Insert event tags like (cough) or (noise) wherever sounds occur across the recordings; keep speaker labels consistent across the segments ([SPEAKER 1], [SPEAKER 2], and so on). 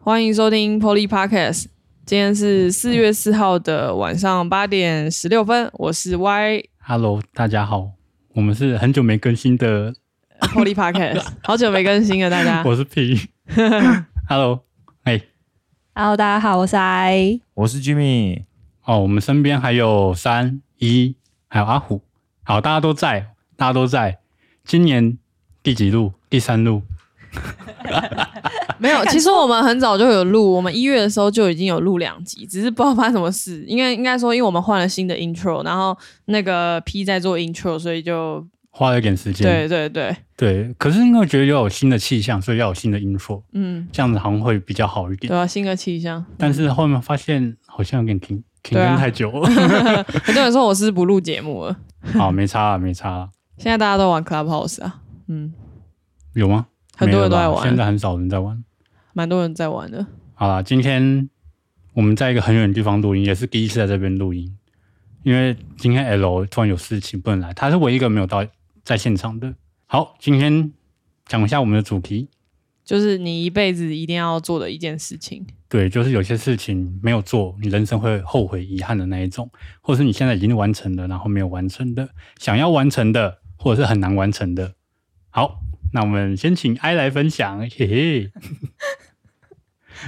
[SPEAKER 1] 欢迎收听 Polly Podcast。今天是四月四号的晚上八点十六分，我是 Y (laughs)
[SPEAKER 2] Hello，大家好，我们是很久没更新的，
[SPEAKER 1] Polly
[SPEAKER 2] (laughs)
[SPEAKER 1] Podcast，好久没更新了，大家。
[SPEAKER 2] 我是 P。Hello，哎、
[SPEAKER 3] Hello，大家好，我是 I。
[SPEAKER 4] 我是 Jimmy，
[SPEAKER 2] 哦，我们身边还有三一，还有阿虎，好，大家都在，大家都在。今年第几路？第三路。
[SPEAKER 1] (laughs) 没有，其实我们很早就有录，我们一月的时候就已经有录两集，只是不知道发生什么事。应该应该说，因为我们换了新的 intro，然后那个 P 在做 intro，所以就
[SPEAKER 2] 花了一点时间，
[SPEAKER 1] 对对对，
[SPEAKER 2] 对可是因为觉得要有新的气象，所以要有新的 info，
[SPEAKER 1] 嗯，
[SPEAKER 2] 这样子好像会比较好一点。
[SPEAKER 1] 对啊，新的气象。
[SPEAKER 2] 但是后面发现好像有点停停
[SPEAKER 1] 对啊
[SPEAKER 2] 更太
[SPEAKER 1] (laughs)
[SPEAKER 2] 久了，
[SPEAKER 1] 很多人说我是不是不录节目了，
[SPEAKER 2] 好，没差了，没差了，
[SPEAKER 1] 现在大家都玩 Clubhouse 啊，嗯，
[SPEAKER 2] 有吗？
[SPEAKER 1] 很多人都
[SPEAKER 2] 没
[SPEAKER 1] 在
[SPEAKER 2] 有吧现在
[SPEAKER 1] 玩，
[SPEAKER 2] 很少人在玩。
[SPEAKER 1] 蛮多人在玩的。
[SPEAKER 2] 好啦，今天我们在一个很远的地方录音，也是第一次在这边录音，因为今天 L 突然有事情不能来，他是唯一一个没有到在现场的。好，今天讲一下我们的主题，
[SPEAKER 1] 就是你一辈子一定要做的一件事情。
[SPEAKER 2] 对，就是有些事情没有做，你人生会后悔、遗憾的那一种，或是你现在已经完成了，然后没有完成的，想要完成的，或者是很难完成的。好，那我们先请 I 来分享，嘿嘿，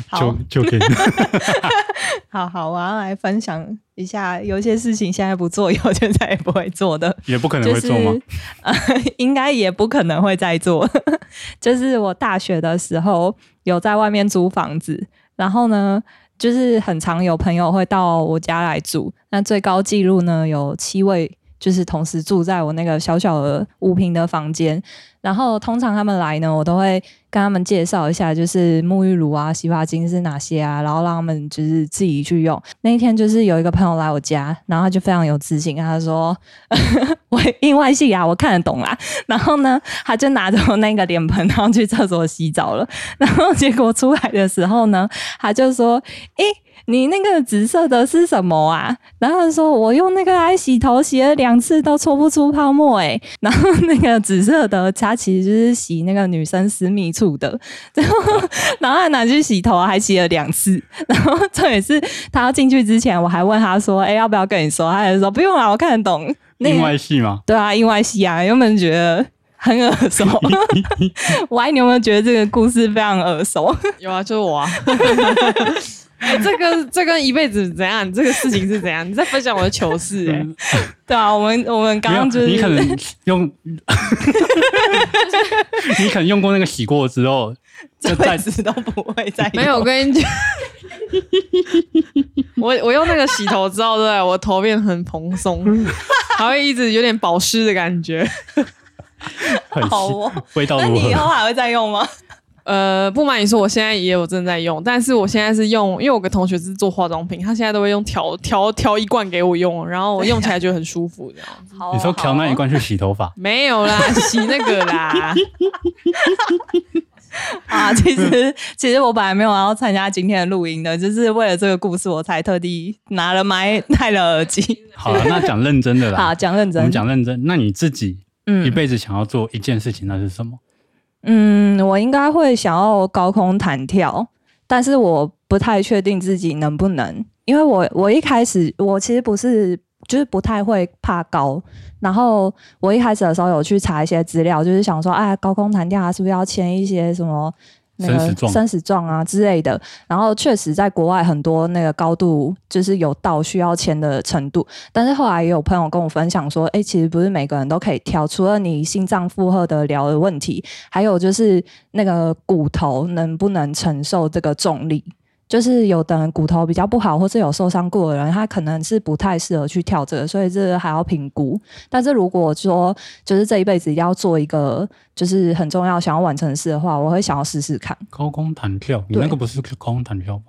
[SPEAKER 3] 好
[SPEAKER 2] 就 (laughs) 就给你。
[SPEAKER 3] 好好，我要来分享一下，有一些事情现在不做，以后就再也不会做的，
[SPEAKER 2] 也不可能
[SPEAKER 3] 就
[SPEAKER 2] 会
[SPEAKER 3] 是
[SPEAKER 2] 做吗？
[SPEAKER 3] (laughs) 呃，应该也不可能会再做。 (laughs) 就是我大学的时候有在外面租房子，然后呢，就是很常有朋友会到我家来住，那最高纪录呢有七位。就是同时住在我那个小小的五平的房间，然后通常他们来呢，我都会跟他们介绍一下，就是沐浴乳啊、洗发精是哪些啊，然后让他们就是自己去用。那一天就是有一个朋友来我家，然后他就非常有自信，他说：“ (laughs) 我英外系啊，我看得懂啦。”然后呢，他就拿着我那个脸盆，然后去厕所洗澡了。然后结果出来的时候呢，他就说：“诶、你那个紫色的是什么啊？然后他说我用那个来洗头，洗了两次都搓不出泡沫诶、然后那个紫色的，它其实就是洗那个女生私密处的，然后然后他拿去洗头，还洗了两次。然后这也是他要进去之前，我还问他说：“哎、要不要跟你说？”他就说：“不用啦，我看得懂。”那
[SPEAKER 2] 另
[SPEAKER 3] 个
[SPEAKER 2] 外戏吗？
[SPEAKER 3] 对啊，意外戏啊，原本觉得很耳
[SPEAKER 2] (laughs)
[SPEAKER 3] 熟。喂，你有没有觉得这个故事非常耳熟？
[SPEAKER 1] (laughs)
[SPEAKER 3] (laughs)
[SPEAKER 1] 有啊，就是我啊。 (laughs) 哎这个这跟一辈子怎样？这个事情是怎样？你在分享我的糗 (laughs) 事哎、
[SPEAKER 2] 嗯
[SPEAKER 3] 对啊，我们我们刚
[SPEAKER 2] 没有，
[SPEAKER 3] 刚就是
[SPEAKER 2] 你可
[SPEAKER 3] (laughs)
[SPEAKER 2] 能用，你可能用过那个洗过之后，
[SPEAKER 3] 这
[SPEAKER 2] 就再
[SPEAKER 3] 辈子都不会再
[SPEAKER 1] 没有，我跟你讲， (laughs) 我我用那个洗头之后，对不对我头变得很蓬 (laughs) 松，还会一直有点保湿的感觉。
[SPEAKER 2] 很
[SPEAKER 3] 好
[SPEAKER 2] 洗，
[SPEAKER 3] 哦。
[SPEAKER 2] 味道
[SPEAKER 3] 那
[SPEAKER 2] 如
[SPEAKER 3] 你以后
[SPEAKER 2] 何？
[SPEAKER 3] 还会再用吗？
[SPEAKER 1] 呃，不瞒你说，我现在也有正在用，但是我现在是用，因为我有个同学是做化妆品，他现在都会用调调调一罐给我用，然后我用起来觉得很舒服，这样。
[SPEAKER 3] 好啊
[SPEAKER 2] 你说调那一罐去洗头
[SPEAKER 3] 哦
[SPEAKER 2] 发，
[SPEAKER 1] 没有啦，洗那个啦。
[SPEAKER 3] 啊？其实 (laughs) 其实我本来没有要参加今天的录音的，就是为了这个故事，我才特地拿了麦戴了耳机。
[SPEAKER 2] 好了，那讲认真的
[SPEAKER 3] 好，
[SPEAKER 2] 啦，
[SPEAKER 3] 讲认
[SPEAKER 2] 啊我们
[SPEAKER 3] 真。
[SPEAKER 2] 讲认真。那你自己一
[SPEAKER 3] 嗯
[SPEAKER 2] 辈子想要做一件事情，那是什么？
[SPEAKER 3] 嗯，我应该会想要高空弹跳，但是我不太确定自己能不能，因为我我一开始我其实不是就是不太会怕高，然后我一开始的时候有去查一些资料，就是想说，哎，高空弹跳它是不是要签一些什么？那
[SPEAKER 2] 生死
[SPEAKER 3] 个
[SPEAKER 2] 状
[SPEAKER 3] 生死状啊之类的，然后确实在国外很多那个高度就是有到需要签的程度，但是后来也有朋友跟我分享说，哎、其实不是每个人都可以跳，除了你心脏负荷的疗的问题，还有就是那个骨头能不能承受这个重力。就是有的人骨头比较不好，或是有受伤过的人，他可能是不太适合去跳这个，所以这个还要评估。但是如果说就是这一辈子一定要做一个就是很重要想要完成的事的话，我会想要试试看。
[SPEAKER 2] 高空弹跳，你
[SPEAKER 3] 对
[SPEAKER 2] 那个不是高空弹跳吧？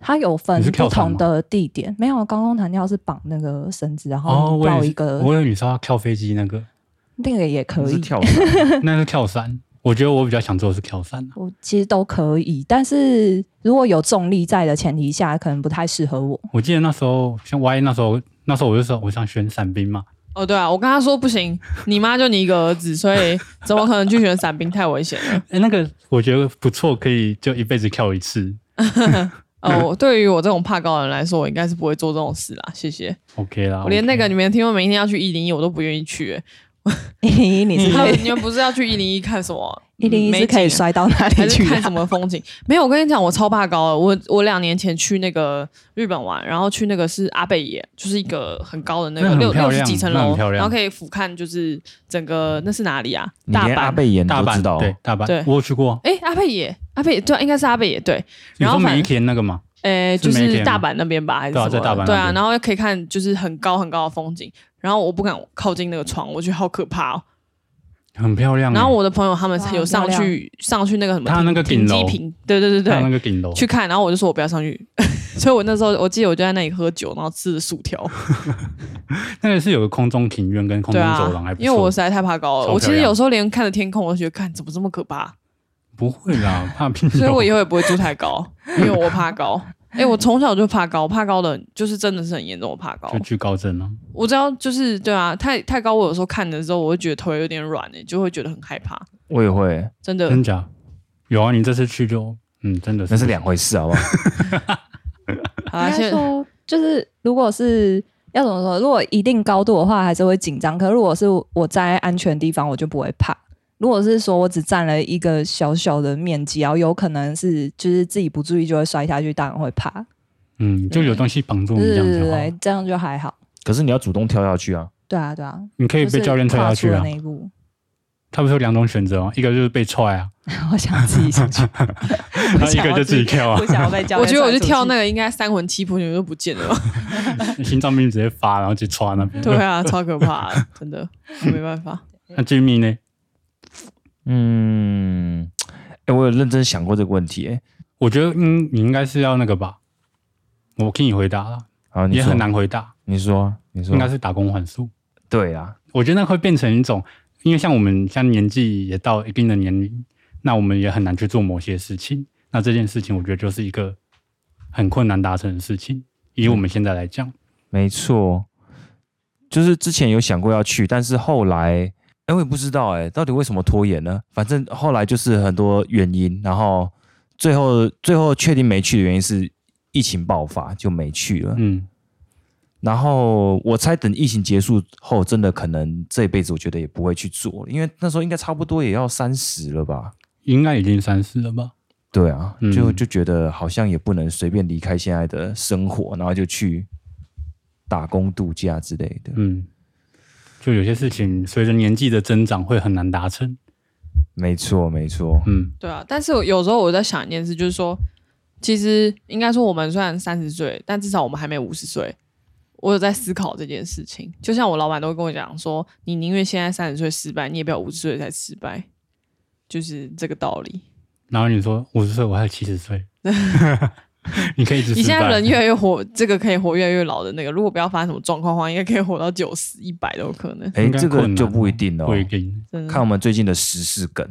[SPEAKER 3] 它有分
[SPEAKER 2] 你是
[SPEAKER 3] 不
[SPEAKER 2] 跳伞吗
[SPEAKER 3] 同的地点，没有高空弹跳是绑那个绳子，然
[SPEAKER 2] 哦，
[SPEAKER 3] 后
[SPEAKER 2] 我以
[SPEAKER 3] 到
[SPEAKER 2] 为
[SPEAKER 3] 一
[SPEAKER 2] 是
[SPEAKER 3] 个、
[SPEAKER 2] 我以为你说要跳飞机那个， (laughs)
[SPEAKER 3] 那个也可
[SPEAKER 4] 是
[SPEAKER 3] 以，
[SPEAKER 4] 跳伞，
[SPEAKER 2] 那是跳伞。我觉得我比较想做的是跳伞啊。
[SPEAKER 3] 我其实都可以。但是如果有重力在的前提下，可能不太适合我。
[SPEAKER 2] 我记得那时候，像 Y 那时候，那时候我就说我想选伞兵嘛，
[SPEAKER 1] 哦，对啊，我跟他说不行，你妈就你一个儿子，所以怎么可能去选伞兵？太危险了。
[SPEAKER 2] 哎、那个我觉得不错，可以就一辈子跳一次。嗯
[SPEAKER 1] 哦，对于我这种怕高的人来说，我应该是不会做这种事啦。谢谢，
[SPEAKER 2] OK 啦，
[SPEAKER 1] 我连那
[SPEAKER 2] OK
[SPEAKER 1] 个你们听说每天要去一零一，我都不愿意去、欸。
[SPEAKER 3] (laughs) 你
[SPEAKER 2] 嗯
[SPEAKER 3] 是
[SPEAKER 1] 他们你们不是要去一零一看什么？
[SPEAKER 3] 一零一
[SPEAKER 1] 美
[SPEAKER 3] 是
[SPEAKER 1] 景啊
[SPEAKER 3] 可以摔到哪
[SPEAKER 1] 还
[SPEAKER 3] 里
[SPEAKER 1] 是
[SPEAKER 3] 去
[SPEAKER 1] 看
[SPEAKER 3] 啊？
[SPEAKER 1] 什
[SPEAKER 3] (laughs)
[SPEAKER 1] 么风景？没有，我跟你讲，我超怕高的。我我两年前去那个日本玩，然后去那个是阿贝野，就是一个很高的那
[SPEAKER 2] 那
[SPEAKER 1] 个
[SPEAKER 2] 很
[SPEAKER 1] 六
[SPEAKER 2] 漂
[SPEAKER 1] 六十
[SPEAKER 2] 亮
[SPEAKER 1] 几层
[SPEAKER 2] 那
[SPEAKER 1] 楼
[SPEAKER 2] 很漂，亮
[SPEAKER 1] 然后可以俯瞰就是整个那是哪里啊？
[SPEAKER 4] 你
[SPEAKER 1] 大
[SPEAKER 4] 连阿
[SPEAKER 1] 阪。
[SPEAKER 4] 贝眼
[SPEAKER 2] 大
[SPEAKER 4] 都知道哦
[SPEAKER 2] 阪，对大
[SPEAKER 1] 对
[SPEAKER 2] 阪，我有去过。
[SPEAKER 1] 哎、阿贝野，阿贝野对啊，应该是阿贝野对。
[SPEAKER 2] 你
[SPEAKER 1] 然后
[SPEAKER 2] 说
[SPEAKER 1] 反
[SPEAKER 2] 每一天那个嘛，
[SPEAKER 1] 诶，
[SPEAKER 2] 是
[SPEAKER 1] 就
[SPEAKER 2] 梅田
[SPEAKER 1] 是
[SPEAKER 2] 吗
[SPEAKER 1] 大阪那边吧，还是什
[SPEAKER 2] 对啊
[SPEAKER 1] 么的？
[SPEAKER 2] 在大阪那
[SPEAKER 1] 对啊，
[SPEAKER 2] 边
[SPEAKER 1] 然后可以看就是很高很高的风景，然后我不敢靠近那个床，我觉得好可怕哦。
[SPEAKER 2] 很漂亮欸。
[SPEAKER 1] 然后我的朋友他们
[SPEAKER 3] 哇
[SPEAKER 1] 有上
[SPEAKER 3] 漂
[SPEAKER 1] 去上去那个什么
[SPEAKER 2] 它
[SPEAKER 1] 停，
[SPEAKER 2] 那个
[SPEAKER 1] 停
[SPEAKER 2] 顶楼
[SPEAKER 1] 机坪，对对对
[SPEAKER 2] 看欸那
[SPEAKER 1] 对，
[SPEAKER 2] 个顶楼，
[SPEAKER 1] 去看，然后我就说我不要上去， (laughs) 所以我那时候我记得我就在那里喝酒，然后吃了薯条，
[SPEAKER 2] 那个是有个空中庭院跟空
[SPEAKER 1] 对
[SPEAKER 2] 中
[SPEAKER 1] 啊
[SPEAKER 2] 走廊，还，不错。
[SPEAKER 1] 因为我实在太怕高
[SPEAKER 2] 超
[SPEAKER 1] 了，
[SPEAKER 2] 漂
[SPEAKER 1] 我其实
[SPEAKER 2] 亮
[SPEAKER 1] 有时候连看着天空，我都觉得看怎么这么可怕，
[SPEAKER 2] 不会啦，怕病
[SPEAKER 1] 所以我以
[SPEAKER 2] 有
[SPEAKER 1] 后也不会住太高，因为我怕高。哎、我从小就怕高，怕高的就是真的是很严重，我怕高
[SPEAKER 2] 就。惧高症啊。
[SPEAKER 1] 我知道，就是对啊，太太高，我有时候看的时候，我会觉得头有点软诶、就会觉得很害怕，
[SPEAKER 4] 我也会，
[SPEAKER 1] 真的。
[SPEAKER 2] 真假？有啊，你这次去就嗯，真的
[SPEAKER 4] 那是两回事，好不好？ (laughs)
[SPEAKER 1] 好啦，
[SPEAKER 3] 应该
[SPEAKER 1] 啊现在
[SPEAKER 3] 说，就是如果是要怎么说，如果一定高度的话，还是会紧张。可如果是我在安全地方，我就不会怕。如果是说我只占了一个小小的面积，然后有可能是就是自己不注意就会摔下去，当然会怕。
[SPEAKER 2] 嗯，就有东西绑住
[SPEAKER 3] 对
[SPEAKER 2] 你这
[SPEAKER 3] 对
[SPEAKER 2] 样哦
[SPEAKER 3] 对
[SPEAKER 2] 就好。
[SPEAKER 3] 对，这样就还好。
[SPEAKER 4] 可是你要主动跳下去啊！
[SPEAKER 3] 对啊对啊，
[SPEAKER 2] 你可以
[SPEAKER 3] 就
[SPEAKER 2] 被
[SPEAKER 3] 是
[SPEAKER 2] 教练踹下
[SPEAKER 3] 跨出
[SPEAKER 2] 去
[SPEAKER 3] 了
[SPEAKER 2] 啊
[SPEAKER 3] 那。一步， (laughs)
[SPEAKER 2] 他不是有两种选择哦吗？一个就是被踹啊，
[SPEAKER 3] 我想自己上去，
[SPEAKER 2] 然
[SPEAKER 3] 我
[SPEAKER 2] 后一
[SPEAKER 3] 想
[SPEAKER 2] 个
[SPEAKER 3] 要
[SPEAKER 2] 就自己跳啊
[SPEAKER 3] 不，想要被教练。
[SPEAKER 1] 我觉得我就跳那
[SPEAKER 3] 个，
[SPEAKER 1] 个，应该三魂七魄全部都不见了吧。
[SPEAKER 2] 心脏病直接发，然后就踹那边。
[SPEAKER 1] 对啊，超可怕的，真的，我没办法。
[SPEAKER 2] 那 Jimmy 呢？
[SPEAKER 4] 嗯，哎、我有认真想过这个问题、哎，
[SPEAKER 2] 我觉得嗯，你应该是要那个吧。我替你回答了，
[SPEAKER 4] 好，你
[SPEAKER 2] 也
[SPEAKER 4] 说
[SPEAKER 2] 很，难回答，
[SPEAKER 4] 你说，你说，
[SPEAKER 2] 应该是打工换宿。
[SPEAKER 4] 对啊，
[SPEAKER 2] 我觉得那会变成一种，因为像我们像年纪也到一定的年龄，那我们也很难去做某些事情。那这件事情，我觉得就是一个很困难达成的事情。以我们现在来讲，
[SPEAKER 4] 没错，就是之前有想过要去，但是后来，哎、我也不知道、哎，到底为什么拖延呢？反正后来就是很多原因，然后最后最后确定没去的原因是疫情爆发就没去了。
[SPEAKER 2] 嗯，
[SPEAKER 4] 然后我猜等疫情结束后，真的可能这辈子我觉得也不会去做，因为那时候应该差不多也要三十了吧。
[SPEAKER 2] 应该已经三十了吧？
[SPEAKER 4] 对啊，
[SPEAKER 2] 嗯
[SPEAKER 4] 就就觉得好像也不能随便离开现在的生活，然后就去打工度假之类的。
[SPEAKER 2] 嗯，就有些事情随着年纪的增长会很难达成。
[SPEAKER 4] 没错，没错。
[SPEAKER 2] 嗯，
[SPEAKER 1] 对啊，但是我有时候我在想一件事，就是说，其实应该说我们虽然三十岁，但至少我们还没五十岁。我有在思考这件事情，就像我老板都会跟我讲说，你宁愿现在三十岁失败，你也不要五十岁才失败，就是这个道理。
[SPEAKER 2] 然后你说五十岁，我还有七十
[SPEAKER 4] (laughs)
[SPEAKER 2] 岁，你可以一直
[SPEAKER 1] 你
[SPEAKER 2] 失
[SPEAKER 1] 现在
[SPEAKER 2] 败
[SPEAKER 1] 人越来越活，这个可以活越来越老的那个，如果不要发生什么状况的话，应该可以活到九十、一百都有可能。
[SPEAKER 4] 哎，
[SPEAKER 2] 应该
[SPEAKER 4] 这个
[SPEAKER 2] 困难
[SPEAKER 4] 就不一定哦
[SPEAKER 2] 不。一定
[SPEAKER 1] 真的
[SPEAKER 4] 看我们最近的时事梗，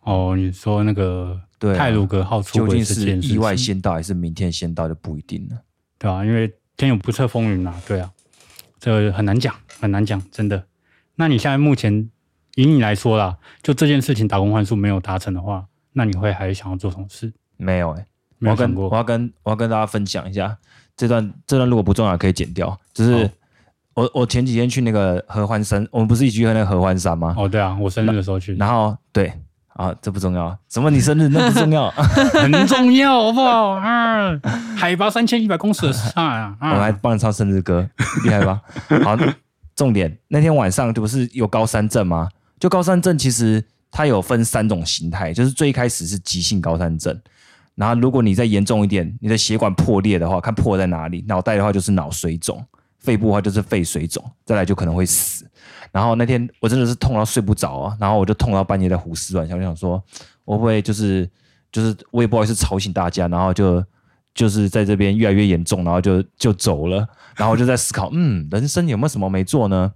[SPEAKER 2] 哦。你说那个
[SPEAKER 4] 对啊、
[SPEAKER 2] 泰鲁格号出
[SPEAKER 4] 究
[SPEAKER 2] 轨
[SPEAKER 4] 竟
[SPEAKER 2] 这
[SPEAKER 4] 是
[SPEAKER 2] 件事
[SPEAKER 4] 意外
[SPEAKER 2] 情
[SPEAKER 4] 先到还是明天先到就不一定了。
[SPEAKER 2] 对啊，因为天有不测风云啊，对啊，这个很难讲，很难讲，真的。那你现在目前以你来说啦，就这件事情打工换宿没有达成的话，那你会还想要做什么事？
[SPEAKER 4] 没有哎、我
[SPEAKER 2] 没
[SPEAKER 4] 要
[SPEAKER 2] 有想
[SPEAKER 4] 跟我
[SPEAKER 2] 过，
[SPEAKER 4] 要跟我要跟大家分享一下这段这段如果不重要可以剪掉。就是
[SPEAKER 2] 好
[SPEAKER 4] 我我前几天去那个合欢山，我们不是一起去那个合欢山吗？
[SPEAKER 2] 哦，对啊，我生日的时候去，
[SPEAKER 4] 然后对啊，这不重要，怎么你生日那不重
[SPEAKER 2] (laughs)
[SPEAKER 4] 要？
[SPEAKER 2] 很重要，好不好？啊，海拔三千一百公尺的山啊，
[SPEAKER 4] 我还
[SPEAKER 2] 啊，
[SPEAKER 4] 帮你唱生日歌，厉害吧？好，重点那天晚上就不是有高山症吗？就高山症其实它有分三种形态，就是最一开始是急性高山症，然后如果你再严重一点，你的血管破裂的话，看破在哪里，脑袋的话就是脑水肿，肺部的话就是肺水肿，再来就可能会死。然后那天我真的是痛到睡不着啊，然后我就痛到半夜在胡思乱想，我想说我会不会就是就是我也不好意思吵醒大家，然后就就是在这边越来越严重，然后就就走了，然后我就在
[SPEAKER 2] (laughs)
[SPEAKER 4] 思考，嗯，人生有没有什么没做呢？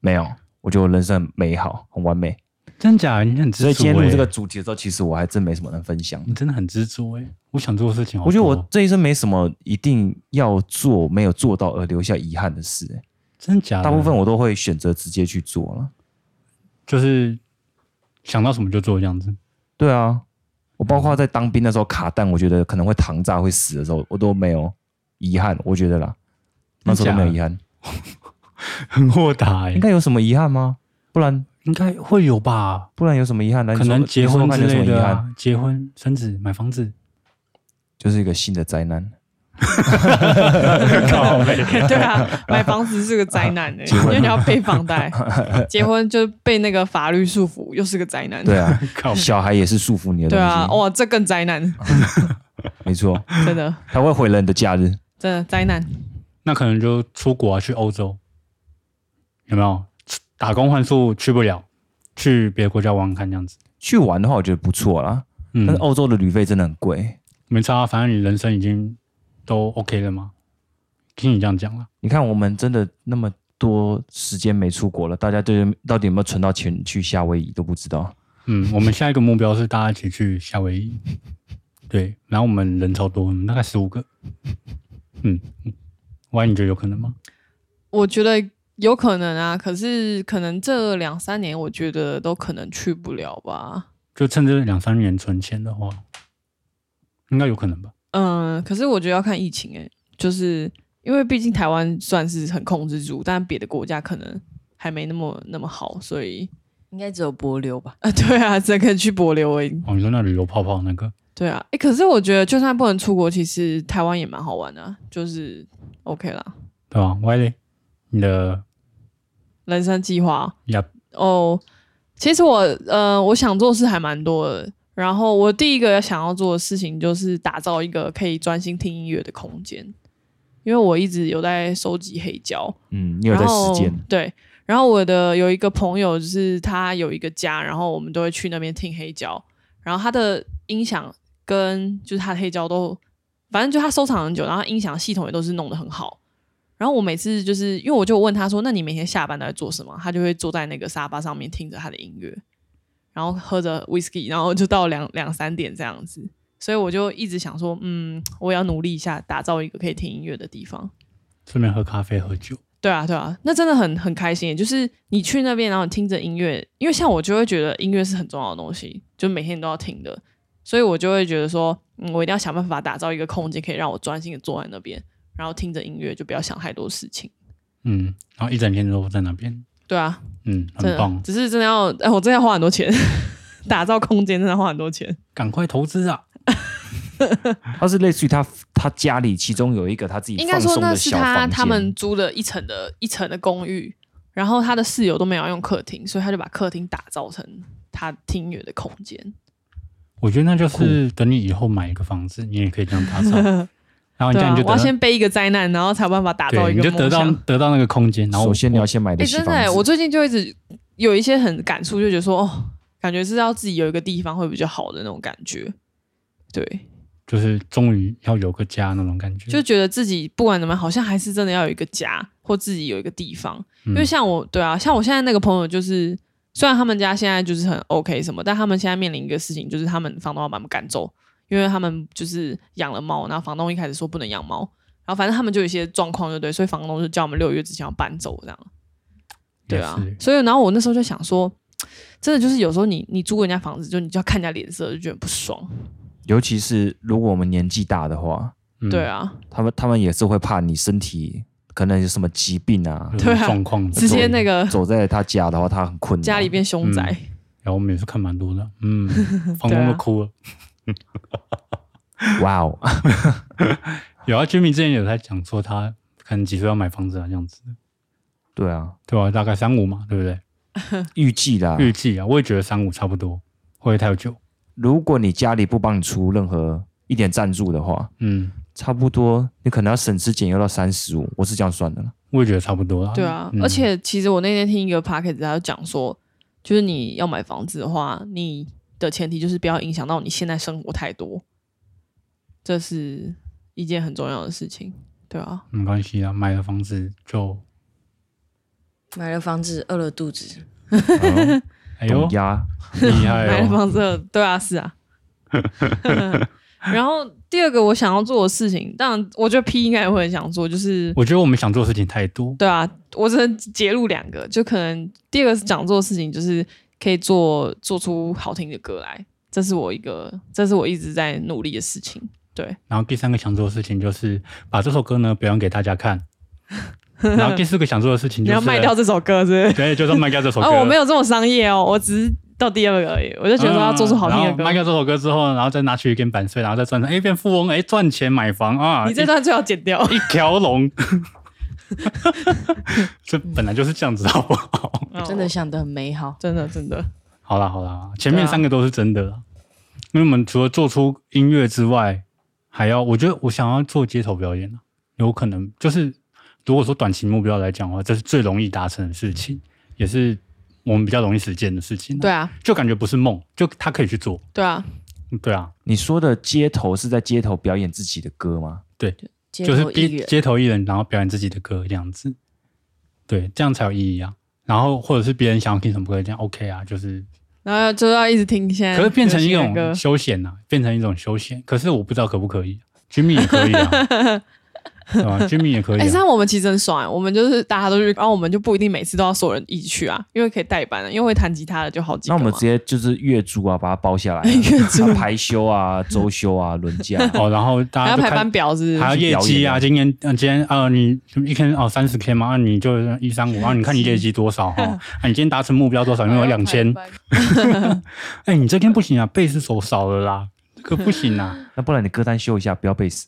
[SPEAKER 4] 没有，我觉得我人生很美好，很完美。
[SPEAKER 2] 真假？你很知足、
[SPEAKER 4] 所
[SPEAKER 2] 欸，
[SPEAKER 4] 以今天录这个，主题的时候，其实我还真没什么能分享的。
[SPEAKER 2] 你真的很知足哎、我想做的事情好
[SPEAKER 4] 我觉得
[SPEAKER 2] 多哦，
[SPEAKER 4] 我这一生没什么一定要做没有做到而留下遗憾的事、欸
[SPEAKER 2] 真假的，
[SPEAKER 4] 大部分我都会选择直接去做了。
[SPEAKER 2] 就是想到什么就做这样子。
[SPEAKER 4] 对啊，我包括在当兵的时候卡弹，我觉得可能会膛炸会死的时候，我都没有遗憾，我觉得啦，那时候都没有遗憾，
[SPEAKER 2] 很豁达哎、
[SPEAKER 4] 应该有什么遗憾吗？不然
[SPEAKER 2] 应该会有吧？
[SPEAKER 4] 不然有什么遗憾呢？
[SPEAKER 2] 可能结婚之
[SPEAKER 4] 看有什么
[SPEAKER 2] 类
[SPEAKER 4] 遗
[SPEAKER 2] 的、
[SPEAKER 4] 憾，
[SPEAKER 2] 啊，结婚、生子、买房
[SPEAKER 4] (laughs)
[SPEAKER 2] 子，
[SPEAKER 4] 就是一个新的
[SPEAKER 2] (laughs)
[SPEAKER 4] 灾难。
[SPEAKER 2] 靠北
[SPEAKER 1] (laughs) 对啊，买房子是个灾难的、因为你要背房贷，结婚就被那个法律束缚，又是个灾难。
[SPEAKER 4] 对啊， (laughs)
[SPEAKER 2] 靠北
[SPEAKER 4] 小孩也是束缚你的
[SPEAKER 1] 对
[SPEAKER 4] 东西。
[SPEAKER 1] 啊，哇，这更灾难， (laughs)
[SPEAKER 4] 没错，
[SPEAKER 1] 真的
[SPEAKER 4] 他会毁了你的假日。
[SPEAKER 1] 真的灾难。
[SPEAKER 2] 那可能就出国啊，去欧洲，有没有？打工换宿去不了，去别的国家玩玩看这样子。
[SPEAKER 4] 去玩的话，我觉得不错啦，
[SPEAKER 2] 嗯
[SPEAKER 4] 但，是哦欧洲的旅费真的很贵。
[SPEAKER 2] 没差啊，反正你人生已经都 OK 了嘛。听你这样讲了，
[SPEAKER 4] 你看，我们真的那么多时间没出国了，大家对到底有没有存到钱去夏威夷都不知道。
[SPEAKER 2] 嗯，我们下一个目标是大家一起去夏威夷，对，然后我们人超多，我们大概十五个，嗯，万一你觉得有可能吗？
[SPEAKER 1] 我觉得有可能啊，可是可能这两三年，我觉得都可能去不了吧。
[SPEAKER 2] 就趁这两三年存钱的话，应该有可能吧？
[SPEAKER 1] 嗯，可是我觉得要看疫情、欸，就是因为毕竟台湾算是很控制住，但别的国家可能还没那么那么好，所以 (laughs)
[SPEAKER 5] 应该只有波流吧？
[SPEAKER 1] 啊，对啊，只可以去博流而已。
[SPEAKER 2] 哦，你说那旅游泡泡那个，
[SPEAKER 1] 对啊，哎、可是我觉得就算不能出国，其实台湾也蛮好玩的啊、就是 OK 啦。
[SPEAKER 2] 对吧？Wiley，你的
[SPEAKER 1] 人生计划
[SPEAKER 2] 呀，
[SPEAKER 1] 哦。其实我呃，我想做的事还蛮多的。然后我第一个想要做的事情就是打造一个可以专心听音乐的空间，因为我一直有在收集黑胶，
[SPEAKER 4] 嗯，你有在实
[SPEAKER 1] 然后
[SPEAKER 4] 践，
[SPEAKER 1] 对，然后我的有一个朋友，就是他有一个家，然后我们都会去那边听黑胶，然后他的音响跟就是他的黑胶都，反正就他收藏很久，然后他音响系统也都是弄得很好。然后我每次就是因为我就问他说：“那你每天下班都在做什么？”他就会坐在那个沙发上面听着他的音乐，然后喝着 whisky，然后就到两两三点这样子。所以我就一直想说，嗯，我也要努力一下，打造一个可以听音乐的地方。
[SPEAKER 2] 顺便喝咖啡喝酒，
[SPEAKER 1] 对啊，对啊，那真的很很开心。就是你去那边，然后你听着音乐，因为像我就会觉得音乐是很重要的东西，就每天都要听的，所以我就会觉得说，嗯，我一定要想办法打造一个空间，可以让我专心的坐在那边，然后听着音乐，就不要想太多事情。
[SPEAKER 2] 嗯，然后一整天都在那边，
[SPEAKER 1] 对啊，
[SPEAKER 2] 嗯，
[SPEAKER 1] 真
[SPEAKER 2] 很
[SPEAKER 1] 的
[SPEAKER 2] 棒，，
[SPEAKER 1] 只是真的要，哎、我真的要花很多钱， (laughs) 打造空间真的要花很多钱。
[SPEAKER 2] 赶快投资啊！
[SPEAKER 4] 他是类似于他他家里其中有一个他自己
[SPEAKER 1] 应该
[SPEAKER 4] 放
[SPEAKER 1] 说
[SPEAKER 4] 松
[SPEAKER 1] 那
[SPEAKER 4] 的
[SPEAKER 1] 是
[SPEAKER 4] 小
[SPEAKER 1] 他
[SPEAKER 4] 房
[SPEAKER 1] 他
[SPEAKER 4] 间，
[SPEAKER 1] 们租的一层的一层的公寓，然后他的室友都没有要用客厅，所以他就把客厅打造成他听音乐的空间。
[SPEAKER 2] 我觉得那就是等你以后买一个房子，你也可以这样打
[SPEAKER 1] (laughs)
[SPEAKER 2] 造，然后你这
[SPEAKER 1] 对
[SPEAKER 2] 样
[SPEAKER 1] 啊
[SPEAKER 2] 你
[SPEAKER 1] 我
[SPEAKER 2] 就，得
[SPEAKER 1] 要
[SPEAKER 2] 到，
[SPEAKER 1] 先背一个灾难，然后才有办法打造
[SPEAKER 2] 对，
[SPEAKER 1] 一个
[SPEAKER 2] 你就
[SPEAKER 1] 梦
[SPEAKER 2] 得到
[SPEAKER 1] 想。
[SPEAKER 2] 得到那个空间，然后
[SPEAKER 4] 首
[SPEAKER 2] 我
[SPEAKER 4] 先你要先买
[SPEAKER 1] 哎、
[SPEAKER 4] 得起
[SPEAKER 1] 真
[SPEAKER 4] 房
[SPEAKER 1] 的欸，
[SPEAKER 4] 子。
[SPEAKER 1] 我最近就一直有一些很感触，就觉得说，哦，感觉是要自己有一个地方会比较好的那种感觉。对，
[SPEAKER 2] 就是终于要有个家那种感觉，
[SPEAKER 1] 就觉得自己不管怎么样，好像还是真的要有一个家或自己有一个地方。因
[SPEAKER 2] 嗯
[SPEAKER 1] 为像我，对啊，像我现在那个朋友，就是虽然他们家现在就是很 OK 什么，但他们现在面临一个事情，就是他们房东要把他们赶走，因为他们就是养了猫，然后房东一开始说不能养猫，然后反正他们就有一些状况，就对，所以房东就叫我们六月之前要搬走这样。对啊
[SPEAKER 2] 也是，
[SPEAKER 1] 所以然后我那时候就想说，真的就是有时候你你租人家房子，就你就要看人家脸色，就觉得很不爽。
[SPEAKER 4] 尤其是如果我们年纪大的话，
[SPEAKER 2] 嗯
[SPEAKER 1] 对，啊，
[SPEAKER 4] 他们他们也是会怕你身体可能有什么疾病啊
[SPEAKER 2] 有。
[SPEAKER 1] 对啊
[SPEAKER 2] 状况
[SPEAKER 1] 直接
[SPEAKER 2] 那。
[SPEAKER 1] 那个 (laughs)
[SPEAKER 4] 走在他家的话，他很困难。
[SPEAKER 1] 家里变凶
[SPEAKER 2] 嗯
[SPEAKER 1] 宅。
[SPEAKER 2] 然后我们也是看蛮多的，
[SPEAKER 1] (laughs)
[SPEAKER 2] 嗯，房东
[SPEAKER 1] 啊
[SPEAKER 2] 都哭了。
[SPEAKER 4] 哇哦， (laughs)
[SPEAKER 2] 有啊，Jimmy 之前有在讲说他可能几岁要买房子啊，这样子，
[SPEAKER 4] 对啊，
[SPEAKER 2] 对吧、大概三五嘛，对不对？
[SPEAKER 4] 预计啦，
[SPEAKER 2] 预计啊，我也觉得三五差不多，会不会太久？
[SPEAKER 4] 如果你家里不帮你出任何一点赞助的话，
[SPEAKER 2] 嗯，
[SPEAKER 4] 差不多你可能要省吃俭用到三十五，我是这样算的啦。
[SPEAKER 2] 我也觉得差不多啦。
[SPEAKER 1] 对啊，
[SPEAKER 2] 嗯
[SPEAKER 1] 而且其实我那天听一个 p o c k e t 他就讲说，就是你要买房子的话，你的前提就是不要影响到你现在生活太多，这是一件很重要的事情，对啊，
[SPEAKER 2] 没关系啊，买了房子就，
[SPEAKER 5] 买了房子，饿了肚子，
[SPEAKER 2] 哎呦
[SPEAKER 4] 懂，呀，
[SPEAKER 2] 厉
[SPEAKER 1] (laughs) 买
[SPEAKER 2] 害
[SPEAKER 1] 了
[SPEAKER 2] 哦！
[SPEAKER 1] 房子，对啊，是啊。 (laughs) 然后第二个我想要做的事情，当然我觉得 P 应该也会很想做，就是
[SPEAKER 2] 我觉得我们想做的事情太多，
[SPEAKER 1] 对啊，我只能截录两个，就可能第二个是想做的事情，就是可以做做出好听的歌来，这是我一个，这是我一直在努力的事情。对，
[SPEAKER 2] 然后第三个想做的事情就是把这首歌呢表演给大
[SPEAKER 1] (laughs)
[SPEAKER 2] 家看。然后第四个想做的事情
[SPEAKER 1] 你
[SPEAKER 2] 就是
[SPEAKER 1] 要卖掉这首歌是不
[SPEAKER 2] (laughs)
[SPEAKER 1] 是？
[SPEAKER 2] 对，就是卖掉这首歌。
[SPEAKER 1] 哦，我没有这么商业哦，我只是到第二个而已，我就觉得说要做出好听的
[SPEAKER 2] 嗯然后
[SPEAKER 1] 歌。
[SPEAKER 2] 卖掉这首歌之后，然后再拿去给版税，然后再赚成哎变富翁，哎赚钱买房啊，
[SPEAKER 1] 你这段最好剪掉。
[SPEAKER 2] (laughs) 一一条龙。这本来就是这样子，好不好？
[SPEAKER 3] 真的想得很美好。
[SPEAKER 1] 哦真的真的，
[SPEAKER 2] 好啦好啦，前面三个都是真的啦。因为我们除了做出音乐之外，还要我觉得我想要做街头表演啊，有可能就是如果说短期目标来讲的话，这是最容易达成的事情，也是我们比较容易实践的事情、
[SPEAKER 1] 对，啊
[SPEAKER 2] 就感觉不是梦，就他可以去做。
[SPEAKER 1] 对啊，
[SPEAKER 2] 对啊，
[SPEAKER 4] 你说的街头是在街头表演自己的歌吗？
[SPEAKER 3] 街
[SPEAKER 2] 就是
[SPEAKER 3] 头艺
[SPEAKER 2] 街
[SPEAKER 3] 人，
[SPEAKER 2] 街头艺人，然后表演自己的歌这样子，对，这样才有意义啊。然后或者是别人想要听什么歌，这样 OK 啊，就是
[SPEAKER 1] 然后就要一直听现在
[SPEAKER 2] 可是变成一
[SPEAKER 1] 流行嗯的
[SPEAKER 2] 种
[SPEAKER 1] 歌
[SPEAKER 2] 休闲呐、啊变成一种休闲。可是我不知道可不可以，Jimmy 也可以啊，
[SPEAKER 1] (laughs)
[SPEAKER 2] 对吧？Jimmy 也可以、
[SPEAKER 1] 哎、这
[SPEAKER 2] 啊。
[SPEAKER 1] 样我们其实很爽、欸，我们就是大家都去，然后我们就不一定每次都要所有人一起去啊，因为可以代班的，因为会弹吉他的就好几个
[SPEAKER 4] 那
[SPEAKER 1] 嘛。
[SPEAKER 4] 我们直接就是月租啊，把它
[SPEAKER 1] (laughs)
[SPEAKER 4] 包下来、啊，
[SPEAKER 1] 月租
[SPEAKER 4] 啊排
[SPEAKER 1] (laughs)
[SPEAKER 4] 休啊、周休啊、轮假、
[SPEAKER 2] 哦，然后大
[SPEAKER 1] 还
[SPEAKER 2] 家
[SPEAKER 1] 要
[SPEAKER 2] 就
[SPEAKER 1] 排
[SPEAKER 2] 看
[SPEAKER 1] 班表是不
[SPEAKER 2] 还
[SPEAKER 1] 是
[SPEAKER 2] 要业绩啊，
[SPEAKER 4] 去
[SPEAKER 2] 今天嗯、今天啊、你一天哦三十 K 嘛，啊你就一三五啊，你看你业绩多少哈、哦？啊你今天达成目标多少？有没有两千？ (laughs) 哎你这天不行啊，贝斯手少了啦，这个不行啊，
[SPEAKER 4] 那不然你歌单修一下，不要背死。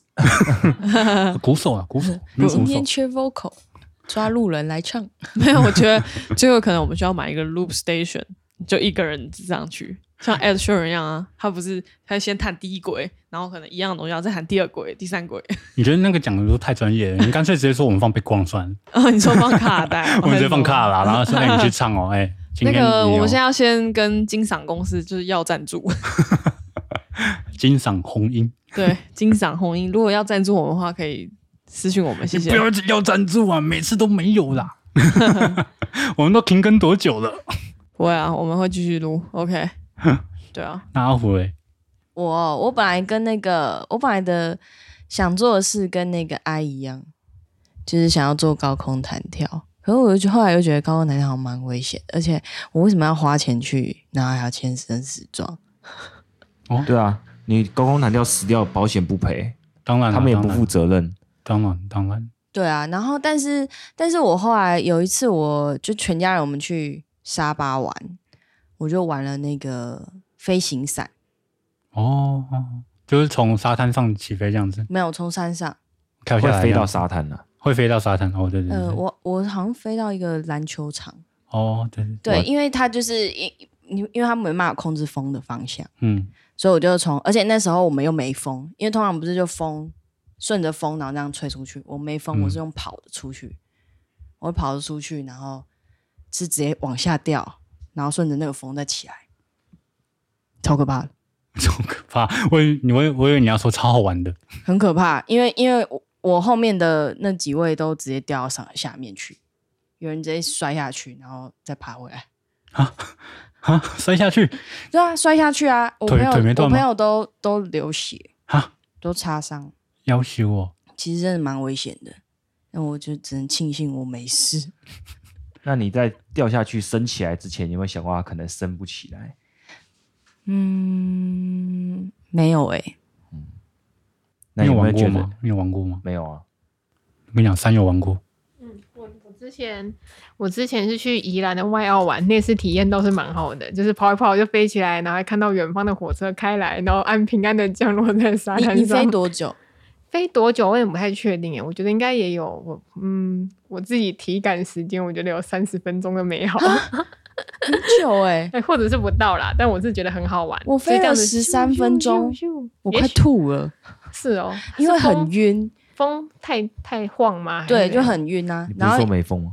[SPEAKER 2] 鼓手
[SPEAKER 1] 嗯
[SPEAKER 2] 啊鼓手，没有
[SPEAKER 3] 今
[SPEAKER 2] 鼓手
[SPEAKER 3] 天。缺 vocal，抓路人来唱。
[SPEAKER 1] (laughs) 没有，我觉
[SPEAKER 2] (laughs)
[SPEAKER 1] 得最后可能我们需要买一个 loop station，就一个人上去，像 Ed Sheeran 一样啊，他不是他先弹第一轨，然后可能一样的东西，然后再弹第二轨、第三轨。 (laughs)
[SPEAKER 2] 你觉得那个讲的都太专业了，你干脆直接说我们放 b
[SPEAKER 1] (laughs)
[SPEAKER 2] 光算了，
[SPEAKER 1] 然后哦你说放卡带，啊
[SPEAKER 2] (laughs) 我们直接放卡啦，然后说哎你去唱
[SPEAKER 1] (laughs)
[SPEAKER 2] 哦，哎。今
[SPEAKER 1] 那
[SPEAKER 2] 天
[SPEAKER 1] 个，
[SPEAKER 2] 你有
[SPEAKER 1] 我们现在要先跟金赏公司就是要赞助， (laughs)
[SPEAKER 2] 金赏红音，
[SPEAKER 1] 对，金赏红英，如果要赞助我们的话，可以私信我们，谢谢。
[SPEAKER 2] 不要要赞助啊，每次都没有
[SPEAKER 1] (laughs)
[SPEAKER 2] 啦。 (laughs) 我们都停更多久了？
[SPEAKER 1] 不会啊，我们会继续录。OK，对
[SPEAKER 2] (laughs)
[SPEAKER 1] 啊，
[SPEAKER 2] 那阿虎嘞，
[SPEAKER 3] 我哦我本来跟那个我本来的想做的事跟那个阿姨一样，就是想要做高空弹跳。可是我又觉后来又觉得高空弹跳好像蛮危险，而且我为什么要花钱去，然后还要签生死状？
[SPEAKER 4] 对啊，你高空弹跳死掉，保险不赔，
[SPEAKER 2] 当然啦
[SPEAKER 4] 他们也不负
[SPEAKER 2] 啊当然
[SPEAKER 4] 责任。
[SPEAKER 2] 当然当然，
[SPEAKER 3] 对啊，然后但是但是我后来有一次，我就全家人我们去沙巴玩，我就玩了那个飞行伞，
[SPEAKER 2] 哦，哦就是从沙滩上起飞这样子，
[SPEAKER 3] 没有从山上，
[SPEAKER 2] 跳下
[SPEAKER 4] 会
[SPEAKER 2] 来
[SPEAKER 4] 飞
[SPEAKER 2] 这样
[SPEAKER 4] 到
[SPEAKER 2] 子
[SPEAKER 4] 沙滩啊了、
[SPEAKER 2] 会飞到沙滩哦，对对对，
[SPEAKER 3] 呃，
[SPEAKER 2] 对
[SPEAKER 3] 我我好像飞到一个篮球场，
[SPEAKER 2] 哦对对
[SPEAKER 3] 对，，因为它就是因因因为它没办法控制风的方向，
[SPEAKER 2] 嗯， (laughs)
[SPEAKER 3] 所以我就从，而且那时候我们又没风，因为通常不是就风顺着风然后这样吹出去，我没风，
[SPEAKER 2] 嗯
[SPEAKER 3] 我是用跑的出去，我跑的出去，然后是直接往下掉，然后顺着那个风再起来，超可怕的，
[SPEAKER 2] 超可怕！我以你会我以为你要说超好玩的，
[SPEAKER 3] 很可怕，因为因为我我后面的那几位都直接掉到上下面去，有人直接摔下去，然后再爬回来。
[SPEAKER 2] 啊，摔下去
[SPEAKER 3] 对啊，摔下去啊！我
[SPEAKER 2] 腿
[SPEAKER 3] 朋友，
[SPEAKER 2] 腿没断
[SPEAKER 3] 我
[SPEAKER 2] 吗
[SPEAKER 3] 朋友都都流血，
[SPEAKER 2] 啊，
[SPEAKER 3] 都擦伤，
[SPEAKER 2] 要修哦，
[SPEAKER 3] 其实真的蛮危险的。那我就只能庆幸我没事。
[SPEAKER 4] 那你在掉下去升起来之前，你有没有想过它可能升不起来？
[SPEAKER 3] 嗯，没有哎、
[SPEAKER 4] 那
[SPEAKER 2] 你有
[SPEAKER 4] 有没
[SPEAKER 2] 玩过
[SPEAKER 4] 有觉得
[SPEAKER 2] 吗？你有玩过吗？
[SPEAKER 4] 没有啊？
[SPEAKER 2] 我跟你讲，三有玩过，
[SPEAKER 6] 嗯我我之前我之前是去宜兰的外澳玩，那次体验倒是蛮好的，就是跑一跑就飞起来，然后还看到远方的火车开来，然后安平安的降落在沙
[SPEAKER 3] 你
[SPEAKER 6] 滩
[SPEAKER 3] 你
[SPEAKER 6] 上。 (laughs)
[SPEAKER 3] 飞多久？
[SPEAKER 6] 飞多久我也不太确定耶，欸我觉得应该也有我嗯我自己体感时间，我觉得有三十分钟的美好，
[SPEAKER 3] 很久哎、
[SPEAKER 6] (laughs) 哎 (laughs) 或者是不到啦，但我是觉得很好玩。
[SPEAKER 3] 我
[SPEAKER 6] 就这
[SPEAKER 3] 飞了
[SPEAKER 6] 样子
[SPEAKER 3] 13
[SPEAKER 6] 咻
[SPEAKER 3] 分
[SPEAKER 6] 咻
[SPEAKER 3] 钟
[SPEAKER 6] 咻咻
[SPEAKER 3] 我
[SPEAKER 6] 也
[SPEAKER 3] 快
[SPEAKER 6] 许哎
[SPEAKER 3] 吐了，
[SPEAKER 6] 是哦，
[SPEAKER 3] 因为
[SPEAKER 6] 是风
[SPEAKER 3] 很晕，
[SPEAKER 6] 风太太晃吗？还是
[SPEAKER 3] 对，
[SPEAKER 6] 怎
[SPEAKER 3] 就
[SPEAKER 6] 样
[SPEAKER 3] 很晕啊
[SPEAKER 4] 你。不
[SPEAKER 3] 然
[SPEAKER 4] 是说
[SPEAKER 3] 后
[SPEAKER 4] 没风吗？